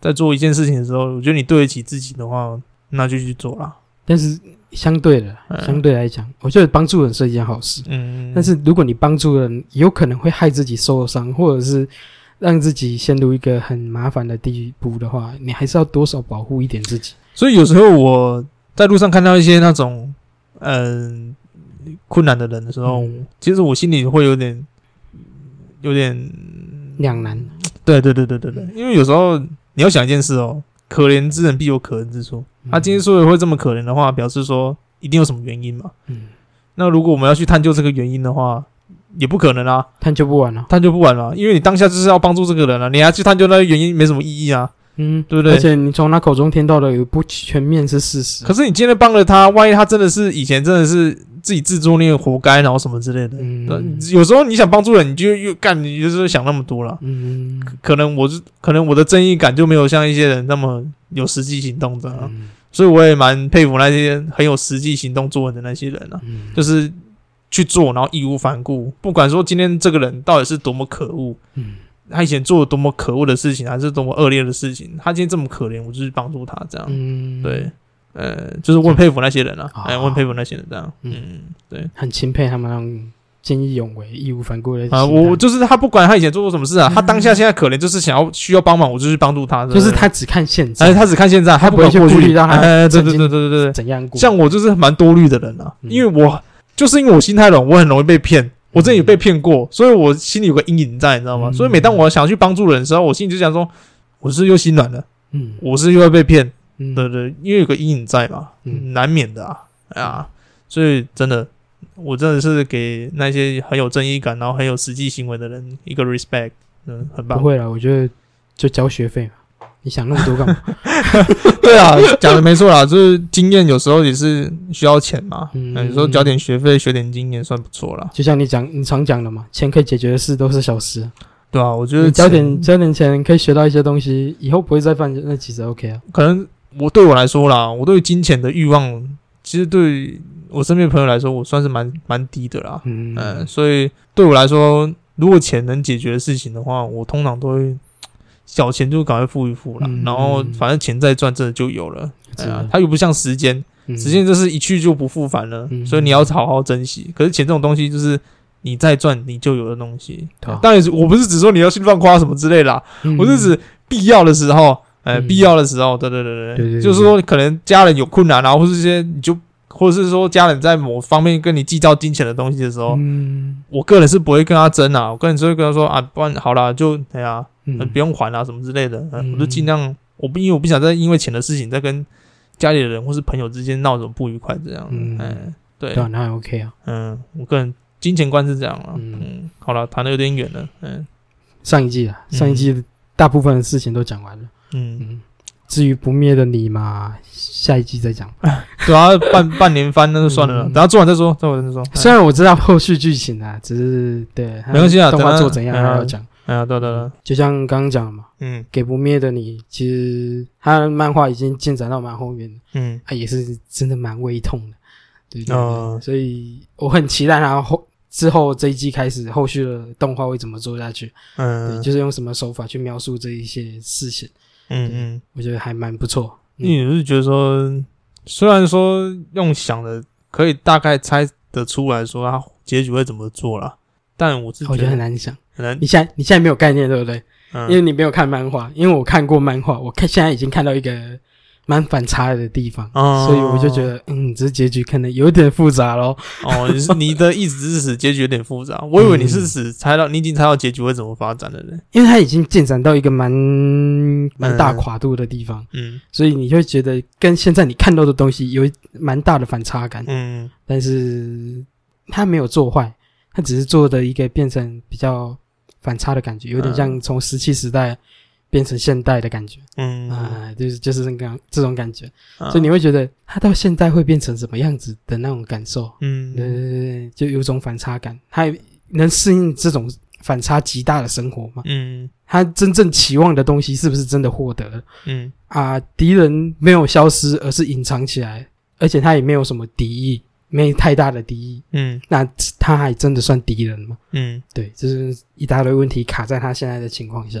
在做一件事情的时候，我觉得你对得起自己的话，那就去做啦。但是相对的，嗯相对来讲，我觉得帮助人是一件好事。嗯，但是如果你帮助人，有可能会害自己受伤，或者是让自己陷入一个很麻烦的地步的话，你还是要多少保护一点自己。所以有时候我在路上看到一些那种嗯、困难的人的时候，嗯其实我心里会有点有点嗯两难，对对对对对对，因为有时候你要想一件事哦，可怜之人必有可怜之处。他、啊今天说，说的会这么可怜的话，表示说一定有什么原因嘛。嗯，那如果我们要去探究这个原因的话，也不可能啊，探究不完了，探究不完了，因为你当下就是要帮助这个人啊，你还去探究那个原因没什么意义啊。嗯，对不对而且你从他口中听到的有不全面是事实，可是你今天帮了他，万一他真的是以前真的是自己自作孽活该，然后什么之类的。嗯对，有时候你想帮助人，你就又干，你就是想那么多了。嗯可能我是，可能我的正义感就没有像一些人那么有实际行动的、啊，嗯所以我也蛮佩服那些很有实际行动做人的那些人啊，嗯就是去做，然后义无反顾，不管说今天这个人到底是多么可恶，嗯他以前做了多么可恶的事情，还是多么恶劣的事情，他今天这么可怜，我就是帮助他这样。嗯，对，，呃，就是我很佩服那些人啊，啊哎、我很佩服那些人这样，嗯嗯，对，很钦佩他们那种见义勇为、义无反顾的啊，我我就是他，不管他以前做过什么事啊，他当下现在可怜就是想要需要帮忙，我就去帮助他，就是他只看现哎，在，他只看现在，他不不管会去过顾去虑到他哎，对曾对经对对对对，怎样过？像我就是蛮多虑的人啊，嗯因为我就是因为我心太软，我很容易被骗。我之前也被骗过，所以我心里有个阴影在，你知道吗？嗯所以每当我想去帮助人的时候，我心里就想说，我是又心软了，嗯我是又要被骗，嗯对对，因为有个阴影在嘛，嗯难免的啊，哎呀，所以真的，我真的是给那些很有正义感，然后很有实际行为的人一个 respect，嗯，很不棒。会了，我觉得就交学费嘛。你想那么多 干嘛？ 对啊，讲的没错啦，就是经验有时候也是需要钱嘛，嗯嗯，有时候交点学费学点经验算不错啦。就像你讲，你常讲的嘛，钱可以解决的事都是小事。对啊，我觉得你交钱点交点钱，可以学到一些东西，以后不会再犯，那其实 OK 啊。可能我对我来说啦，我对金钱的欲望，其实对我身边的朋友来说，我算是蛮蛮低的啦。嗯，嗯，所以对我来说，如果钱能解决的事情的话，我通常都会小钱就赶快付一付啦。嗯然后反正钱再赚，真的就有了。哎是啊呀的，它又不像时间，嗯时间就是一去就不复返了，嗯所以你要好好珍惜。可是钱这种东西，就是你再赚你就有的东西。对啊当然是，我不是只说你要去乱花什么之类啦，嗯我是指必要的时候，呃，嗯必要的时候，对对对对对对就是说可能家人有困难啊，或是一些你就，或者是说家人在某方面跟你计较金钱的东西的时候，嗯，我个人是不会跟他争啊，我个人只会跟他说啊，不然好啦，就哎呀、嗯呃不用还啊什么之类的，呃嗯我就尽量，我不因为我不想再因为钱的事情再跟家里的人或是朋友之间闹什么不愉快这样，嗯嗯，对对，啊，那还 OK 啊。嗯，我个人金钱观是这样啊，嗯嗯，好了，谈的有点远了，嗯上一季啊，嗯上一季大部分的事情都讲完了。嗯，嗯，至于不灭的你嘛，下一季再讲。对啊，半半年番那就算了啦，嗯等他做完再说，做完再说。哎虽然我知道后续剧情啊，只是对，没关系啊动等画它做怎样嗯还要讲。哎呀，对对对，就像刚刚讲的嘛，嗯给不灭的你，其实他的漫画已经进展到蛮后面了，嗯，他也是真的蛮胃痛的，对对对哦所以我很期待他后之后这一季开始后续的动画会怎么做下去，对，嗯就是用什么手法去描述这一些事情，嗯嗯，我觉得还蛮不错。你嗯，是觉得说，虽然说用想的可以大概猜得出来说他结局会怎么做啦，但我是觉我觉得得很难想。很难你，现在你现在没有概念，对不对？因为嗯你没有看漫画，因为我看过漫画，我看现在已经看到一个蛮反差的地方，哦所以我就觉得，嗯，这结局可能有点复杂咯。哦，你是你的意思是指结局有点复 杂，我以为你是指猜到你已经猜到结局会怎么发展了嘞，因为它已经进展到一个蛮蛮大跨度的地方，嗯所以你会觉得跟现在你看到的东西有蛮大的反差感。嗯但是它没有做坏，它只是做的一个变成比较反差的感觉，有点嗯像从石器时代变成现代的感觉嗯，啊、就是就是这样这种感觉。啊所以你会觉得它到现在会变成什么样子的那种感受，对对嗯对对，就有种反差感。它能适应这种反差极大的生活吗？嗯他真正期望的东西是不是真的获得了嗯啊？敌人没有消失，而是隐藏起来，而且他也没有什么敌意，没太大的敌意，嗯那他还真的算敌人吗？嗯，对，这是一大堆问题卡在他现在的情况下，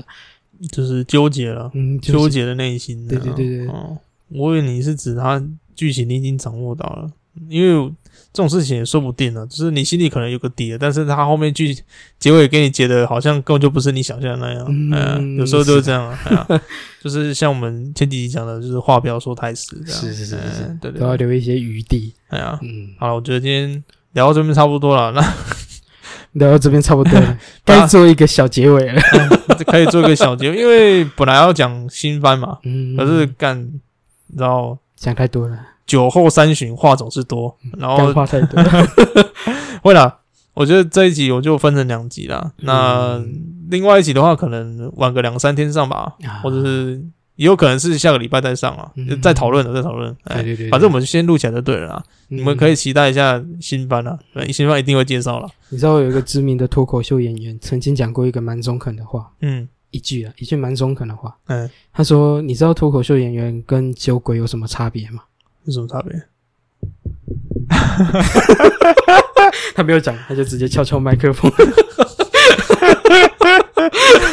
就是纠结了，嗯，就是纠，结的内心这样。对对对对哦，我以为你是指他剧情你已经掌握到了，因为这种事情也说不定啊，就是你心里可能有个底了，但是他后面剧结尾给你结的好像根本就不是你想象的那样，嗯哎呀有时候就是是这样啊，哎呀就是像我们前几集讲的，就是话不要说太死，这样是是是哎是是，对嗯都要对对，留一些余地。哎呀，嗯，好了，我觉得今天聊到这边差不多了，那 聊到这边差不多了，该做一个小结尾了。可以做一个小结，因为本来要讲新番嘛，嗯，可是干，你知道。想太多了，酒后三巡，话总是多，嗯然后干话太 多了。会啦，我觉得这一集我就分成两集啦。嗯那另外一集的话，可能晚个两三天上吧，啊或者是也有可能是下个礼拜再上啊，嗯就再讨论了，再讨论。哎对对对对反正我们先录起来就对了啦。嗯你们可以期待一下新番啊，对新番一定会介绍啦。你知道有一个知名的脱口秀演员曾经讲过一个蛮中肯的话，嗯一句啊，一句蛮中肯的话。嗯，他说：“你知道脱口秀演员跟酒鬼有什么差别吗有什么差 别？？”他没有讲，他就直接敲敲麦克风。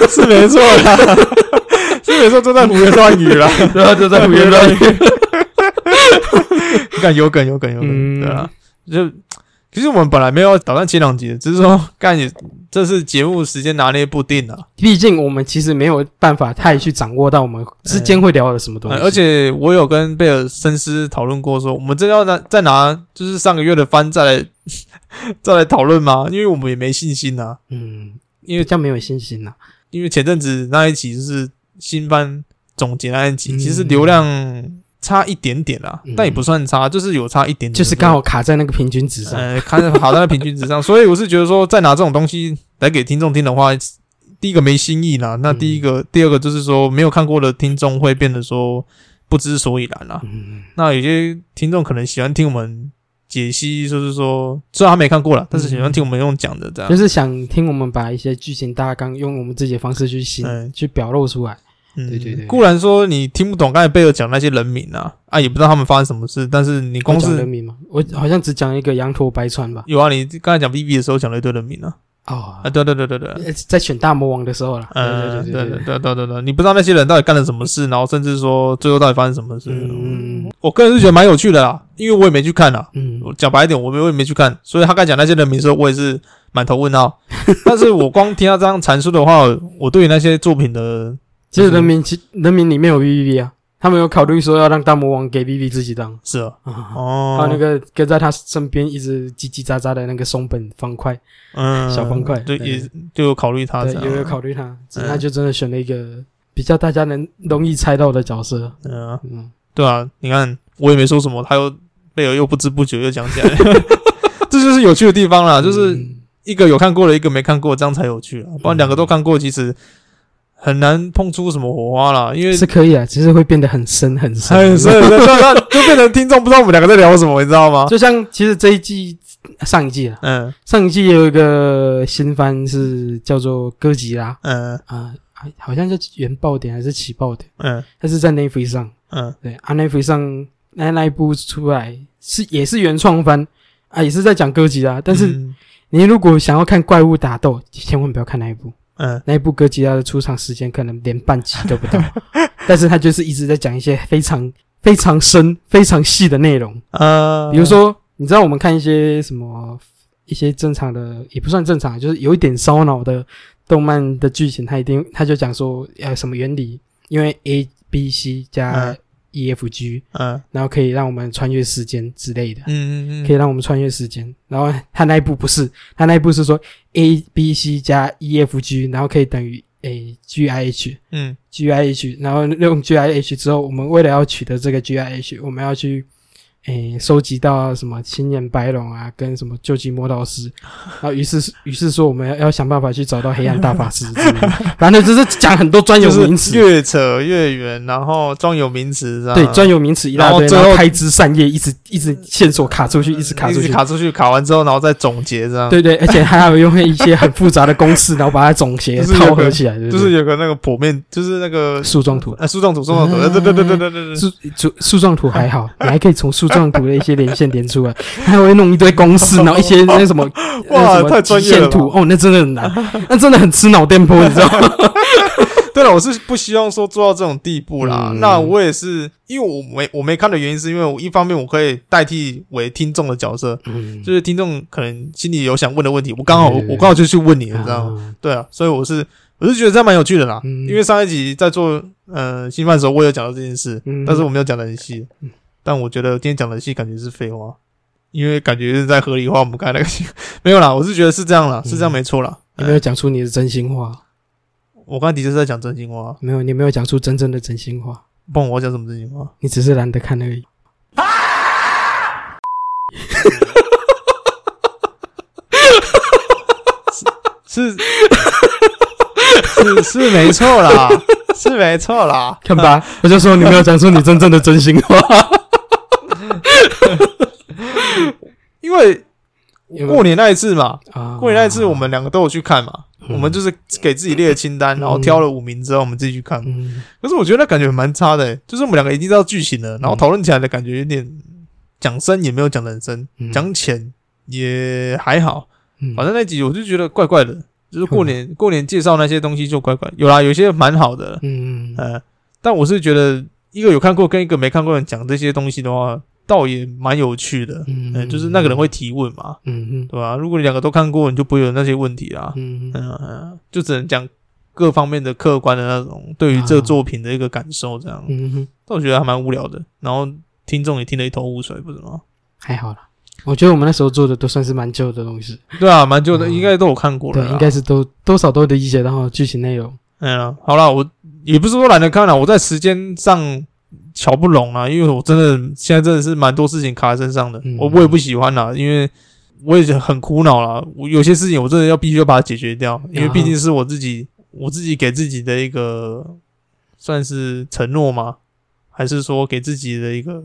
是没错啦， 是没错，都在胡言乱语啦， 对啊，就在胡 言乱语。你看有梗有梗有梗，嗯对啊，就其实我们本来没有打算前两集的，只是说干也这是节目时间拿捏不定啊。毕竟我们其实没有办法太去掌握到我们之间会聊的什么东西，呃而且我有跟贝尔深思讨论过说我们真的要拿再拿就是上个月的番再来 再来讨论吗？因为我们也没信心啊。嗯，因比为较没有信心呐、因为前阵子那一集就是新番总结那一集，嗯其实流量差一点点啦，嗯但也不算差，就是有差一点点，就是刚好卡在那个平均值上。呃，看 好在平均值上，所以我是觉得说，再拿这种东西来给听众听的话，第一个没新意啦，那第一嗯个、第二个就是说没有看过的听众会变得说不知所以然啦。嗯，那有些听众可能喜欢听我们解析，就是说虽然他没看过了，但是喜嗯欢听我们用讲的这样就。是想听我们把一些剧情大纲用我们自己的方式去形、嗯去表露出来。嗯，对对对固然说你听不懂刚才贝尔讲那些人名啊，啊，也不知道他们发生什么事，但是你光我讲人是名吗？我好像只讲一个羊驼白川吧。有啊，你刚才讲 B B 的时候讲了一堆人名啊，哦啊，，对对对对对。呃在选大魔王的时候啦。呃，对对对对对。对对对对，你不知道那些人到底干了什么事，然后甚至说最后到底发生什么事。嗯我个人是觉得蛮有趣的啦，因为我也没去看啦。嗯我讲白一点，我没我也没去看，所以他刚讲那些人名的时候，我也是满头问 号。但是我光听他这样阐述的话，我对于那些作品的其实人民其人民里面有 V V 啊，他们有考虑说要让大魔王给 V V 自己当是啊啊，哦，还有那个跟在他身边一直叽叽喳喳的那个松本方块，嗯小方块对，对也就有考虑他啊这，对样。哎有有考虑他，只是他就真的选了一个比较大家能容易猜到的角色。嗯、嗯，对啊，你看我也没说什么，他又贝尔又不知不觉又讲起 来了，这就是有趣的地方啦，啊就是。嗯一个有看过的，一个没看过，这样才有趣啊！不然两个都看过，其实很难碰出什么火花啦。因为是可以啊，其实会变得很深很深很深很深，那就变成听众不知道我们两个在聊什么，你知道吗？就像其实这一季上一季啊，嗯上一季有一个新番是叫做《哥吉拉》嗯啊、啊好像叫原爆点还是起爆点，嗯它是在 Netflix 上。嗯对，啊 Netflix 上那那一部出来是也是原创番啊，也是在讲哥吉拉。但是嗯你如果想要看怪物打斗，千万不要看那一部，嗯那一部哥吉拉的出场时间可能连半集都不到，但是它就是一直在讲一些非常非常深、非常细的内容。呃，比如说，你知道我们看一些什么一些正常的，也不算正常，就是有一点烧脑的动漫的剧情，它一定它就讲说呃什么原理，因为 A B C 加嗯 E F G，、嗯然后可以让我们穿越时间之类的。嗯嗯可以让我们穿越时间，然后他那一步不是，他那一步是说 A B C 加 E F G，然后可以等于 A G I H，嗯 GIH，然后用 GIH 之后，我们为了要取得这个 GIH，我们要去诶收集到什么青眼白龙啊，跟什么救急魔导 师，然后于是于是说我们要要想办法去找到黑暗大法师之类 的，反正就是讲很多专有就名是词，越扯越远，然后专有名词这样对专有名词一大然堆，后最然后后开枝散叶，一直一直线索卡出去，一直卡出一去直。卡出去，卡完之后然后再总结这样。对对，而且还有用一些很复杂的公式，然后把它总结就是有个套合起来，对不就对是有个那个剖面，就是那个树状图。呃树状图，树状图，对对对对对对对，树树树状图还 好，你还可以从树状图的一些连线连 出来，还会弄一堆公 式，然后一些那什么哇那什么太极专业了限图，哦，那真的很 难，那真的很吃脑电波，你知道 吗？ 对了，我是不希望说做到这种地步啦。嗯那我也是，因为我没我没看的原因，是因为我一方面我可以代替为听众的角色，嗯就是听众可能心里有想问的问题，我刚好对对对我刚好就去问你，你知道吗？吗？对啊，所以我是我是觉得这样蛮有趣的啦。嗯因为上一集在做呃新饭的时候，我有讲到这件事，嗯但是我没有讲的很细。但我觉得今天讲的细，感觉是废话，因为感觉是在合理化我们刚才那个细 没有啦，我是觉得是这样啦，是嗯这样没错啦。哎你没有讲出你的真心话，我刚才的确是在讲真心话，没有，你没有讲出真正的真心话，不然我要讲什么真心话？你只是懒得看而已。是是是没错啦，是没错啦。看 吧，我就说你没有讲出你真正的真心话。因为有没有过年那一次嘛，啊嗯过年那一次我们两个都有去看嘛，我们就是给自己列清单，然后挑了五名之后我们自己去看。嗯可是我觉得那感觉蛮差的、欸，就是我们两个已经知道剧情了，嗯然后讨论起来的感觉有点讲深也没有讲得很深，嗯讲浅也还好，嗯反正那集我就觉得怪怪的。就是过年过年介绍那些东西就怪怪，有啦，有些蛮好的，嗯呃，但我是觉得一个有看过跟一个没看过的人讲这些东西的话，倒也蛮有趣的。嗯嗯，就是那个人会提问嘛，嗯嗯对吧、如果你两个都看过，你就不会有那些问题啦。嗯嗯嗯，嗯就只能讲各方面的客观的那种对于这个作品的一个感受，这样。嗯哼，但我觉得还蛮无聊的，然后听众也听得一头雾水，不是 吗？还好啦。我觉得我们那时候做的都算是蛮旧的东西，对啊，蛮旧的，嗯应该都有看过了对啦。，应该是都多少都理解到剧情内容。嗯啊，好啦，我也不是说懒得看了，我在时间上瞧不拢啊，因为我真的现在真的是蛮多事情卡在身上的，嗯我我也不喜欢啦，因为我也很苦恼啦，我有些事情我真的要必须要把它解决掉，因为毕竟是我自己我自己给自己的一个算是承诺吗？还是说给自己的一个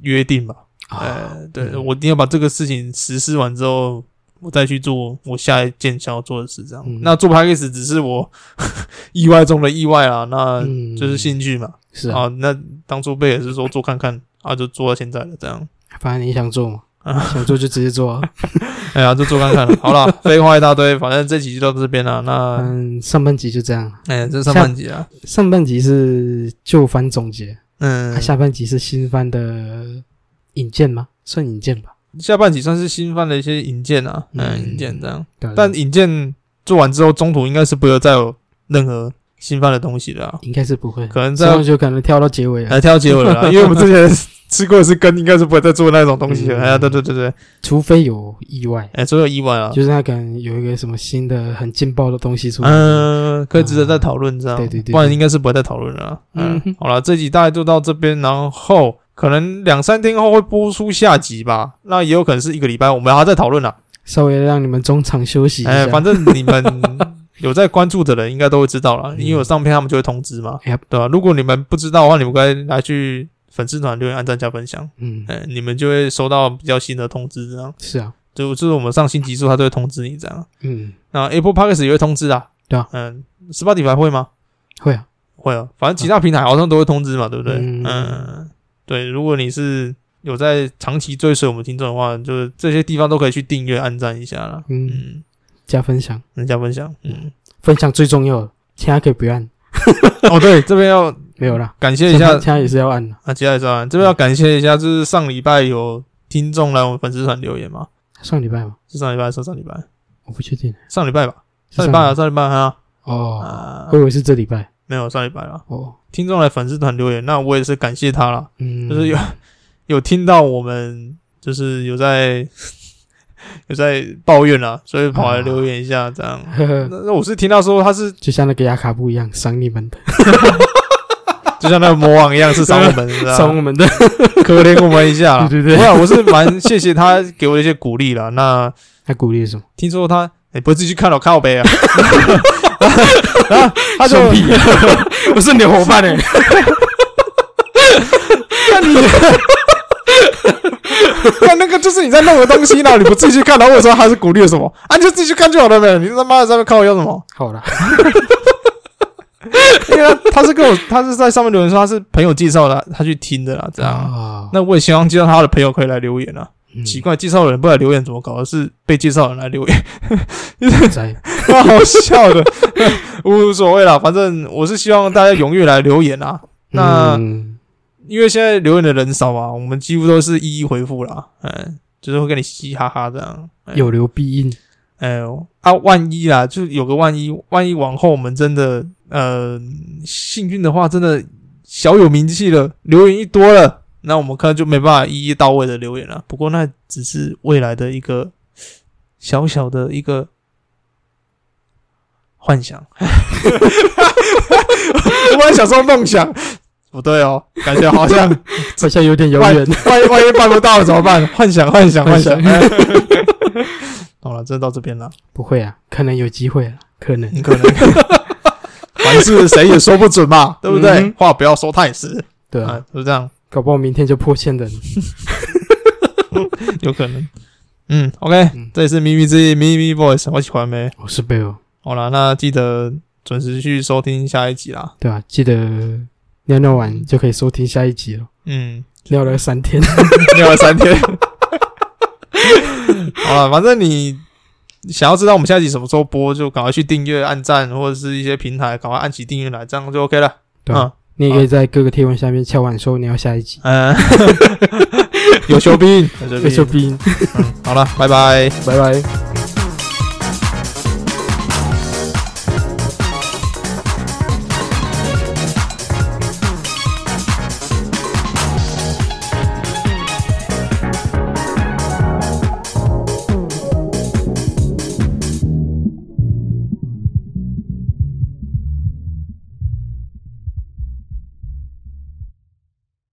约定吧？啊，呃，对，嗯我一定要把这个事情实施完之后，我再去做我下一件想要做的事。这样，嗯那做 p a c k a g e 只是我 意外中的意外啊，那嗯就是兴趣嘛。是啊，啊，那当初被也是说做看看啊，就做到现在了。这样，反正你想做嘛，啊想做就直 接做啊。哎呀，就做看看了。 好了，废话一大堆，反正这集就到这边了。那，嗯，上半集就这样，哎，这上半集啊，上半集是旧番总结，啊嗯，下半集是新番的引荐吗？算引荐吧。下半集算是新番的一些引荐啊，嗯，嗯引荐这样。对啊但引荐做完之后，中途应该是不会再有任何新番的东西的啊。呃应该是不会，可能之在后就可能跳到结尾啊了，来挑结尾了 啦，因为我们之前吃过的是根，应该是不会再做那种东西了。嗯哎呀，对对对对，除非有意外，哎，所有意外啊，就是他可能有一个什么新的很劲爆的东西出来。嗯，可以值得再讨论这样，对对对对不然应该是不会再讨论了啊。嗯嗯，哼好了，这集大概就到这边，然后可能两三天后会播出下集吧，那也有可能是一个礼拜，我们还要再讨论啦。稍微让你们中场休息一下。哎，反正你 们有在关注的人应该都会知道了，嗯因为有上片他们就会通知嘛， Yep 对吧？如果你们不知道的话，你们该来去粉丝团留言、按赞、加分享，嗯，哎，你们就会收到比较新的通知这样。是啊，就就是我们上新集数，它都会通知你这样。嗯，那 Apple Podcast 也会通知啊，对啊，嗯，Spotify 会吗？会啊，会啊，反正其他平台好像都会通知嘛，对不对？嗯嗯对，如果你是有在长期追随我们听众的话，就是这些地方都可以去订阅、按赞一下啦。嗯，嗯，加分享，人家分享， 嗯，分享最重要的，其他可以不按，哦对，这边要没有啦，感谢一下其他也是要按的，啊，接下来说啊，这边要感谢一下，就是上礼拜有听众来我们粉丝团留言嘛，上礼拜吗？是上礼拜还是上上礼拜？我不确定，上礼拜吧，是上礼拜啊，上礼拜啊，哦，啊我，以为是这礼拜没有上礼拜了。哦，听众来粉丝团留言，那我也是感谢他啦，嗯，就是有、 有听到我们就是有在 有在抱怨啦，所以跑来留言一下这 样。呵呵，那那我是听到说他是 就像那个雅卡布一样，赏你们的，就像那个魔王一样是赏我 们，是吧赏我们的，可怜我们一 下啦。对对对不会啊我是蛮谢谢他给我的一些鼓励啦。那他鼓励什么？听说他哎、不是自己去看了靠背啊，然后他就放屁 我是你的伙伴哎，看你，看 那个就是你在弄的东西呢，你不自己去看，然后我说他是鼓励了什么啊？你就自己去看就好了呗，你他妈的在那边看我要什么？好啦， 因为他他是跟我，他是在上面留言说他是朋友介绍的，他去听的啦，这样。啊，那我也希望介绍他的朋友可以来留言啊。嗯奇怪，介绍的人不来留言怎么搞的？是被介绍的人来留言，在蛮 好笑的， 无所谓啦，反正我是希望大家踊跃来留言啊。那嗯因为现在留言的人少啊嘛，我们几乎都是一一回复啦，嗯，就是会跟你嘻嘻哈哈这样。哎有留必应，哎呦啊，万一啦，就有个万一，万一往后我们真的呃幸运的话，真的小有名气了，留言一多了，那我们可能就没办法一一到位的留言了。不过那只是未来的一个小小的一个幻想，我本来想说梦想，不对哦，感觉好 像好像有点遥万远，万一万一办不到了怎么办？幻想，幻想，幻幻想 想。好了，这到这边了，不会啊，可能有机会啊，可能。你可能 凡事谁也说不准嘛，对不对？嗯话不要说太死对啊啊，，就这样，搞不好明天就破千人。有可能。嗯，OK，嗯这里是咪咪之音咪咪 voice，我喜欢呗。我是贝尔，好啦，那记得准时去收听下一集啦。对啊，记得尿尿完就可以收听下一集了。嗯，尿了三天，聊了三天。 好了，反正你想要知道我们下一集什么时候播，就赶快去订阅、按赞或者是一些平台，赶快按起订阅来，这样就 OK 了。对啊嗯你也可以在各个贴文下面敲碗说你要下一集。嗯，有求必应，有被求说 必应。冰，好了，拜拜。拜拜。